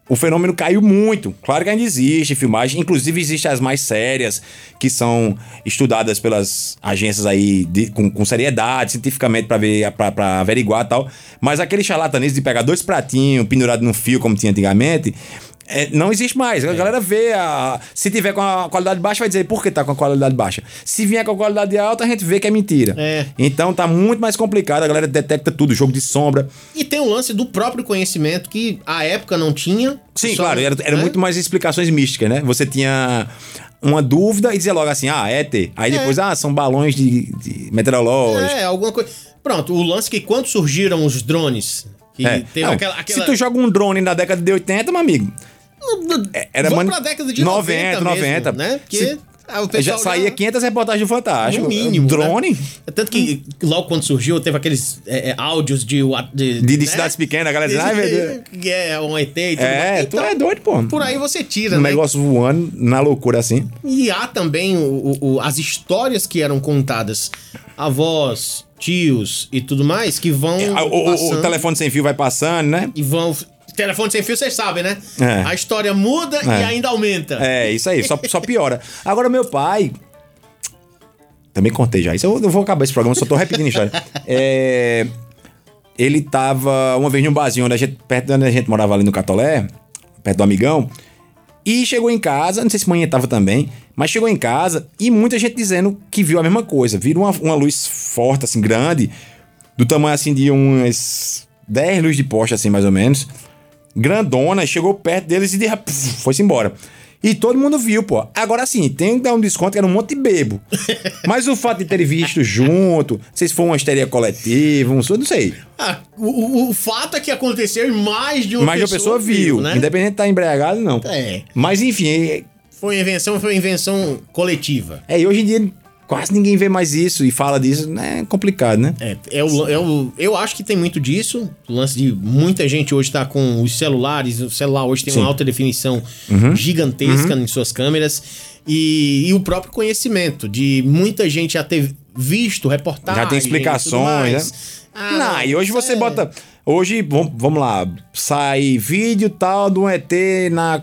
S2: o fenômeno caiu muito. Claro que ainda existe filmagem, inclusive existem as mais sérias, que são estudadas pelas agências aí de- com, com seriedade, cientificamente, pra ver pra- pra averiguar e tal. Mas aquele charlatanismo de pegar dois pratinhos pendurados num fio, como tinha antigamente. é, não existe mais. A galera vê. A, se tiver com a qualidade baixa, vai dizer por que tá com a qualidade baixa. Se vier com a qualidade alta, a gente vê que é mentira.
S3: É.
S2: Então tá muito mais complicado. A galera detecta tudo: jogo de sombra,
S3: E tem o lance do próprio conhecimento que a época não tinha.
S2: Sim,
S3: Só-
S2: claro, era, era
S3: né?
S2: muito mais explicações místicas, né? Você tinha uma dúvida e dizia logo assim, ah, é ET. Aí depois, ah, são balões de, de meteorológicos.
S3: É, alguma coisa. Pronto, o lance que quando surgiram os drones, que
S2: É.
S3: teve
S2: Não,
S3: aquela. aquela...
S2: Se tu joga um drone na década de 80, meu amigo, é- era...
S3: Vamos
S2: mani-
S3: pra década de 90, 90
S2: né?
S3: né? Porque
S2: Se-
S3: ah, o
S2: já
S3: pessoal
S2: saía
S3: já-
S2: 500 reportagens do Fantástico.
S3: No mínimo,
S2: um Drone?
S3: É Tanto que logo quando surgiu, teve aqueles é, é, áudios de... wa- De, né?
S2: De- de cidades pequenas, a galera diz, "Ai, meu
S3: Que é um ET e tudo
S2: É,
S3: mais. Então,
S2: tu é doido, pô.
S3: Por aí você tira,
S2: Um
S3: né?
S2: negócio voando na loucura assim.
S3: E há também o- o- o- as histórias que eram contadas. Avós, tios e tudo mais, que vão
S2: Ah, o- o- o
S3: passando
S2: telefone sem fio vai passando, né?
S3: E vão... Telefone sem fio, vocês sabem, né?
S2: É.
S3: A história muda e ainda aumenta.
S2: É, isso aí, só, só piora. Agora, meu pai. Também contei já. Isso eu, eu vou acabar esse programa, só tô repetindo a história. É, ele tava uma vez num barzinho onde a gente, perto de onde a gente morava ali no Catolé, perto do amigão. E chegou em casa, não sei se manhã tava também, mas chegou em casa e muita gente dizendo que viu a mesma coisa. Viram uma, uma luz forte, assim, grande, do tamanho assim de umas 10 luzes de poste, assim, mais ou menos. Grandona, chegou perto deles e de... foi-se embora. E todo mundo viu, pô. Agora sim, tem que dar um desconto que era um monte de bebo. Mas o fato de terem visto junto, não sei se foi uma histeria coletiva, um, não sei.
S3: Ah, o, o- o fato é que aconteceu e mais de uma né?
S2: Mas a pessoa viu, independente de estar embriagado ou não.
S3: É.
S2: Mas enfim, é-
S3: Foi uma invenção, foi uma invenção coletiva.
S2: É, e hoje em dia quase ninguém vê mais isso e fala disso, né? É complicado, né?
S3: É, é o, é o- eu acho que tem muito disso. O lance de muita gente hoje tá com os celulares. O celular hoje tem uma alta definição
S2: Uhum.
S3: gigantesca em suas câmeras. E, e o próprio conhecimento de muita gente já ter visto reportagens.
S2: Já tem explicações, né?
S3: Ah,
S2: não, e hoje você
S3: é.
S2: bota. Hoje, vam- vamos lá, sai vídeo tal do ET na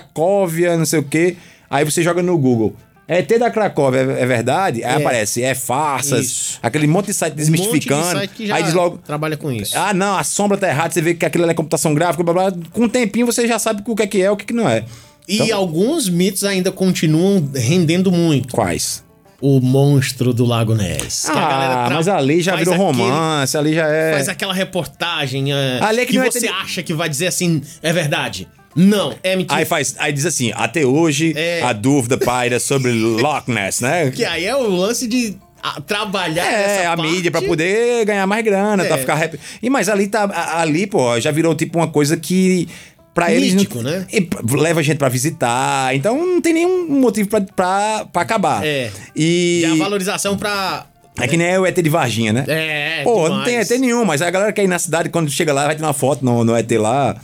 S2: Cracóvia, não sei o quê. Aí você joga no Google. ET da Cracóvia é é verdade? Aí
S3: É.
S2: aparece, é farsas,
S3: Isso.
S2: aquele monte de site
S3: Um monte de
S2: desmistificando.
S3: site que já tá.
S2: aí diz logo.
S3: Trabalha com isso.
S2: Ah, não, a sombra tá errada, você vê que aquilo ali é computação gráfica, blá blá. blá. Com um tempinho você já sabe o que é que é, o que que não é.
S3: e alguns mitos ainda continuam rendendo muito.
S2: Quais?
S3: O monstro do Lago Ness. que a galera
S2: Ah,
S3: tra-
S2: mas ali já
S3: faz
S2: virou
S3: aquele-
S2: romance, ali já é.
S3: Faz aquela reportagem é,
S2: Ali é que
S3: que,
S2: não é
S3: você
S2: tele-
S3: acha que vai dizer assim, é verdade. Não, é mentira.
S2: Aí faz, aí diz assim, até hoje
S3: É.
S2: a dúvida paira sobre Loch Ness, né?
S3: Que aí é o lance de ah, trabalhar
S2: é,
S3: essa
S2: a
S3: parte.
S2: mídia pra poder ganhar mais grana,
S3: É.
S2: tá ficar rap. E mas ali tá a- ali, pô, já virou tipo uma coisa que pra eles
S3: Mítico, né?
S2: E p- leva gente pra visitar, então não tem nenhum motivo pra, pra, pra acabar.
S3: É.
S2: E
S3: E a valorização pra...
S2: é que nem o ET de Varginha, né?
S3: É,
S2: Pô, não
S3: demais.
S2: tem ET nenhum, mas a galera quer ir na cidade, quando chega lá, vai tirar uma foto no, no ET lá.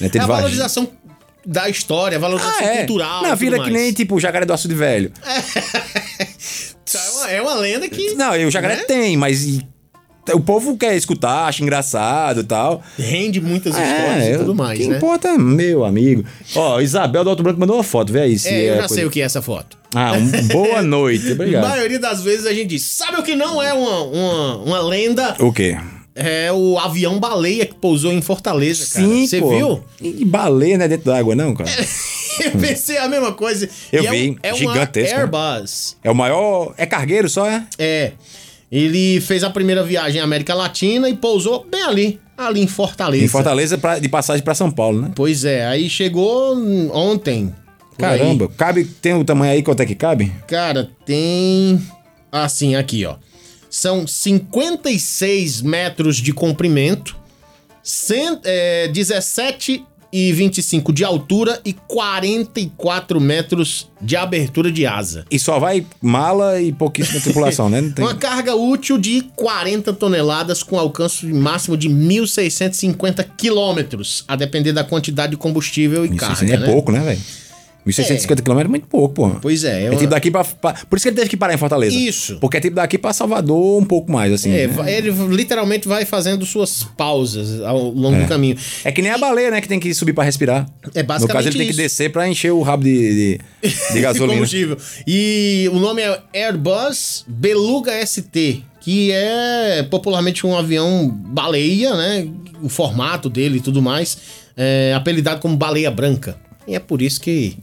S2: No ET
S3: É a
S2: de Varginha.
S3: valorização da história, a valorização cultural.
S2: Na
S3: e tudo
S2: vila Ah, é que
S3: mais.
S2: nem tipo o jacaré do açude velho.
S3: Isso É uma, é uma lenda que
S2: Não, e o jacaré
S3: Né?
S2: tem, mas e- o povo quer escutar, acha engraçado e tal.
S3: rende muitas histórias
S2: É,
S3: e tudo
S2: eu-
S3: mais,
S2: que
S3: né?
S2: importa, meu amigo. Ó, Isabel do Alto Branco mandou uma foto, vê aí se
S3: É,
S2: é
S3: eu já
S2: coisa-
S3: sei o que é essa foto.
S2: Ah, um- boa noite,
S3: A
S2: obrigado.
S3: maioria das vezes a gente diz, sabe o que não é uma, uma, uma lenda?
S2: O quê?
S3: É o avião baleia que pousou em Fortaleza, cara.
S2: Sim,
S3: Você
S2: pô.
S3: viu?
S2: E baleia não é dentro d'água, não, cara.
S3: Eu pensei a mesma coisa.
S2: Eu
S3: E é
S2: vi,
S3: um- é
S2: gigantesco, né?
S3: Uma Airbus.
S2: É o maior... É cargueiro só, é?
S3: É. Ele fez a primeira viagem à América Latina e pousou bem ali, ali em Fortaleza.
S2: Em Fortaleza, pra- de passagem pra São Paulo, né?
S3: Pois é, aí chegou hum, ontem. Por aí.
S2: Caramba, cabe... Tem o tamanho aí, quanto é que cabe?
S3: Cara, tem. Assim, aqui, ó. São 56 metros de comprimento, cem- é, 17 e 25 de altura e 44 metros de abertura de asa.
S2: E só vai mala e pouquíssima tripulação, né? Não tem...
S3: Uma carga útil de 40 toneladas com alcance máximo de 1.650 quilômetros, a depender da quantidade de combustível e carga,
S2: Isso assim, é
S3: né?
S2: pouco, né, velho? 1.650 km é muito pouco, pô.
S3: Pois é, é
S2: É
S3: uma-
S2: tipo daqui pra, pra- Por isso que ele teve que parar em Fortaleza.
S3: Isso.
S2: Porque é tipo daqui pra Salvador um pouco mais, assim.
S3: É,
S2: né?
S3: va- ele literalmente vai fazendo suas pausas ao longo do caminho.
S2: É que nem a baleia, né? Que tem que subir pra respirar.
S3: É basicamente
S2: No caso, ele tem que
S3: isso.
S2: descer pra encher o rabo de, de, de
S3: De
S2: gasolina.
S3: combustível. E o nome é Airbus Beluga ST, que é popularmente um avião baleia, né? O formato dele e tudo mais, é apelidado como baleia branca. E é por isso que.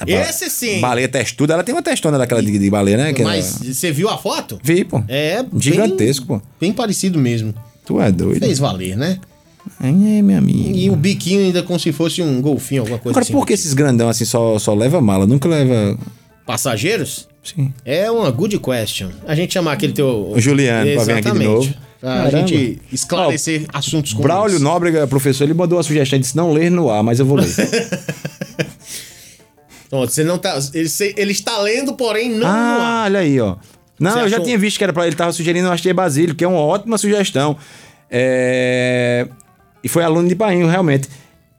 S2: A É ba-
S3: Esse sim!
S2: Baleia testuda. Ela tem uma testona daquela de, de baleia, né? Que
S3: Mas
S2: ela-
S3: você viu a foto?
S2: Vi, pô.
S3: É bem-
S2: Gigantesco, pô.
S3: Bem parecido mesmo.
S2: Tu é doido.
S3: Fez valer, né?
S2: É, meu amigo.
S3: E o biquinho ainda como se fosse um golfinho, alguma coisa
S2: Agora,
S3: assim.
S2: por que esses grandão assim só, só leva mala? Nunca leva.
S3: Passageiros?
S2: Sim.
S3: É uma good question. A gente chamar aquele teu.
S2: O Juliano, pra vir aqui de
S3: Exatamente.
S2: novo.
S3: Pra
S2: Caramba.
S3: gente esclarecer assuntos como
S2: Braulio
S3: esse.
S2: Nóbrega, professor, ele mandou uma sugestão, disse não ler no ar, mas eu vou ler.
S3: Pronto, você não tá. Ele, você- ele está lendo, porém, não no
S2: ah,
S3: ar.
S2: olha aí, ó. Não,
S3: Você
S2: eu já
S3: achou?
S2: tinha visto que era pra ele, tava sugerindo o Astei Basílio, que é uma ótima sugestão. É, E foi aluno de Painho, realmente.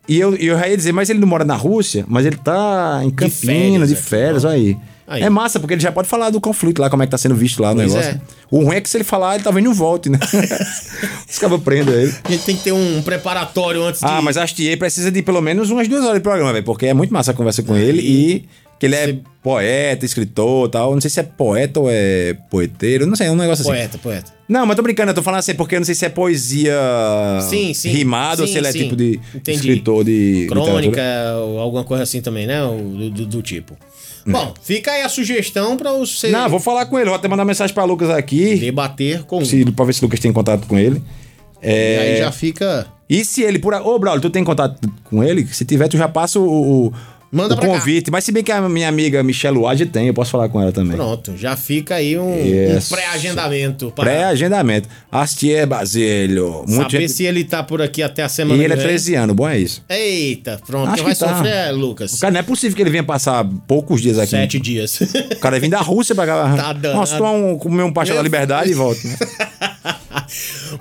S2: E eu, e eu já ia dizer, mas ele não mora na Rússia, mas ele tá em Campinas,
S3: férias
S2: de
S3: aqui,
S2: férias,
S3: ó.
S2: olha aí.
S3: Aí.
S2: É massa, porque ele já pode falar do conflito lá, como é que tá sendo visto lá o
S3: Pois
S2: negócio.
S3: é.
S2: O ruim é que se ele falar, ele talvez não volte, né? Os cabos prendem ele.
S3: A gente tem que ter um preparatório antes
S2: Ah,
S3: de.
S2: mas acho que ele precisa de pelo menos umas duas horas de programa, velho, porque é muito massa a conversa com ele e Que ele é
S3: Esse-
S2: poeta, escritor tal. Não sei se é poeta ou é poeteiro. Não sei, é um negócio assim.
S3: Poeta, poeta.
S2: Não, mas tô brincando, eu tô falando assim, porque eu não sei se é poesia
S3: Sim, sim.
S2: rimada ou
S3: Sim,
S2: se ele é
S3: sim.
S2: tipo de
S3: Entendi.
S2: escritor de
S3: Crônica
S2: literatura.
S3: ou alguma coisa assim também, né? O- Do, do- do tipo. Bom, fica aí a sugestão pra você
S2: Hum. Não, vou falar com ele, vou até mandar mensagem pra Lucas aqui,
S3: debater com.
S2: se, pra ver se o Lucas tem contato com ele.
S3: E aí já fica.
S2: E se ele por. a- Ô, Braulio, tu tem contato com ele? Se tiver, tu já passa o, o,
S3: Manda
S2: o
S3: pra cá.
S2: convite. Mas se bem que a minha amiga Michelle Wade tem, eu posso falar com ela também.
S3: Pronto, já fica aí um, um
S2: Yes.
S3: pré-agendamento. pra
S2: Pré-agendamento. Astier Basílio. Muito
S3: Saber
S2: gente-
S3: se né? ele tá por aqui até a
S2: E
S3: semana
S2: ele é
S3: que vem.
S2: 13 anos, bom é isso.
S3: Eita, pronto.
S2: Acho
S3: Quem vai
S2: que tá.
S3: sofrer é
S2: O
S3: Lucas.
S2: cara não é possível que ele venha passar poucos dias aqui.
S3: Sete dias.
S2: O cara vem da Rússia pra cá.
S3: Tá danado.
S2: Nossa, tomar um, comer um pastel da
S3: Meu
S2: liberdade e né? volta.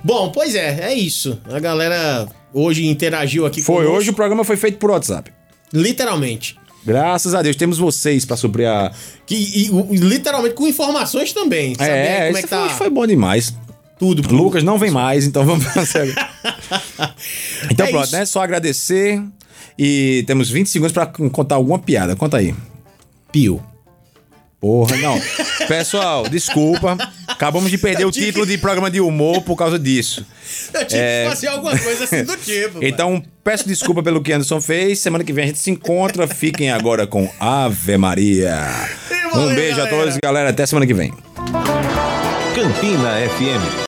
S3: Bom, pois é, é isso. A galera hoje interagiu aqui
S2: Foi
S3: conosco,
S2: hoje, o programa foi feito por WhatsApp.
S3: Literalmente.
S2: Graças a Deus, temos vocês pra suprir a.
S3: Que, e, o- literalmente com informações também. Saber
S2: é,
S3: como é
S2: isso
S3: que tá
S2: foi, foi bom demais.
S3: tudo.
S2: Lucas não vem mais, então vamos passar. agora. então
S3: É
S2: pronto,
S3: isso.
S2: né? Só agradecer. E temos 20 segundos pra contar alguma piada. Conta aí.
S3: Pio.
S2: Porra, não. Pessoal, desculpa. Acabamos
S3: Tá
S2: de perder o título de programa de humor por causa disso.
S3: Eu tinha que fazer alguma coisa assim do tipo.
S2: É. Então, peço desculpa pelo que Anderson fez. Semana que vem a gente se encontra. Fiquem agora com Ave Maria.
S3: E valeu,
S2: Um beijo a
S3: galera.
S2: todos, galera. Até semana que vem.
S1: Campina FM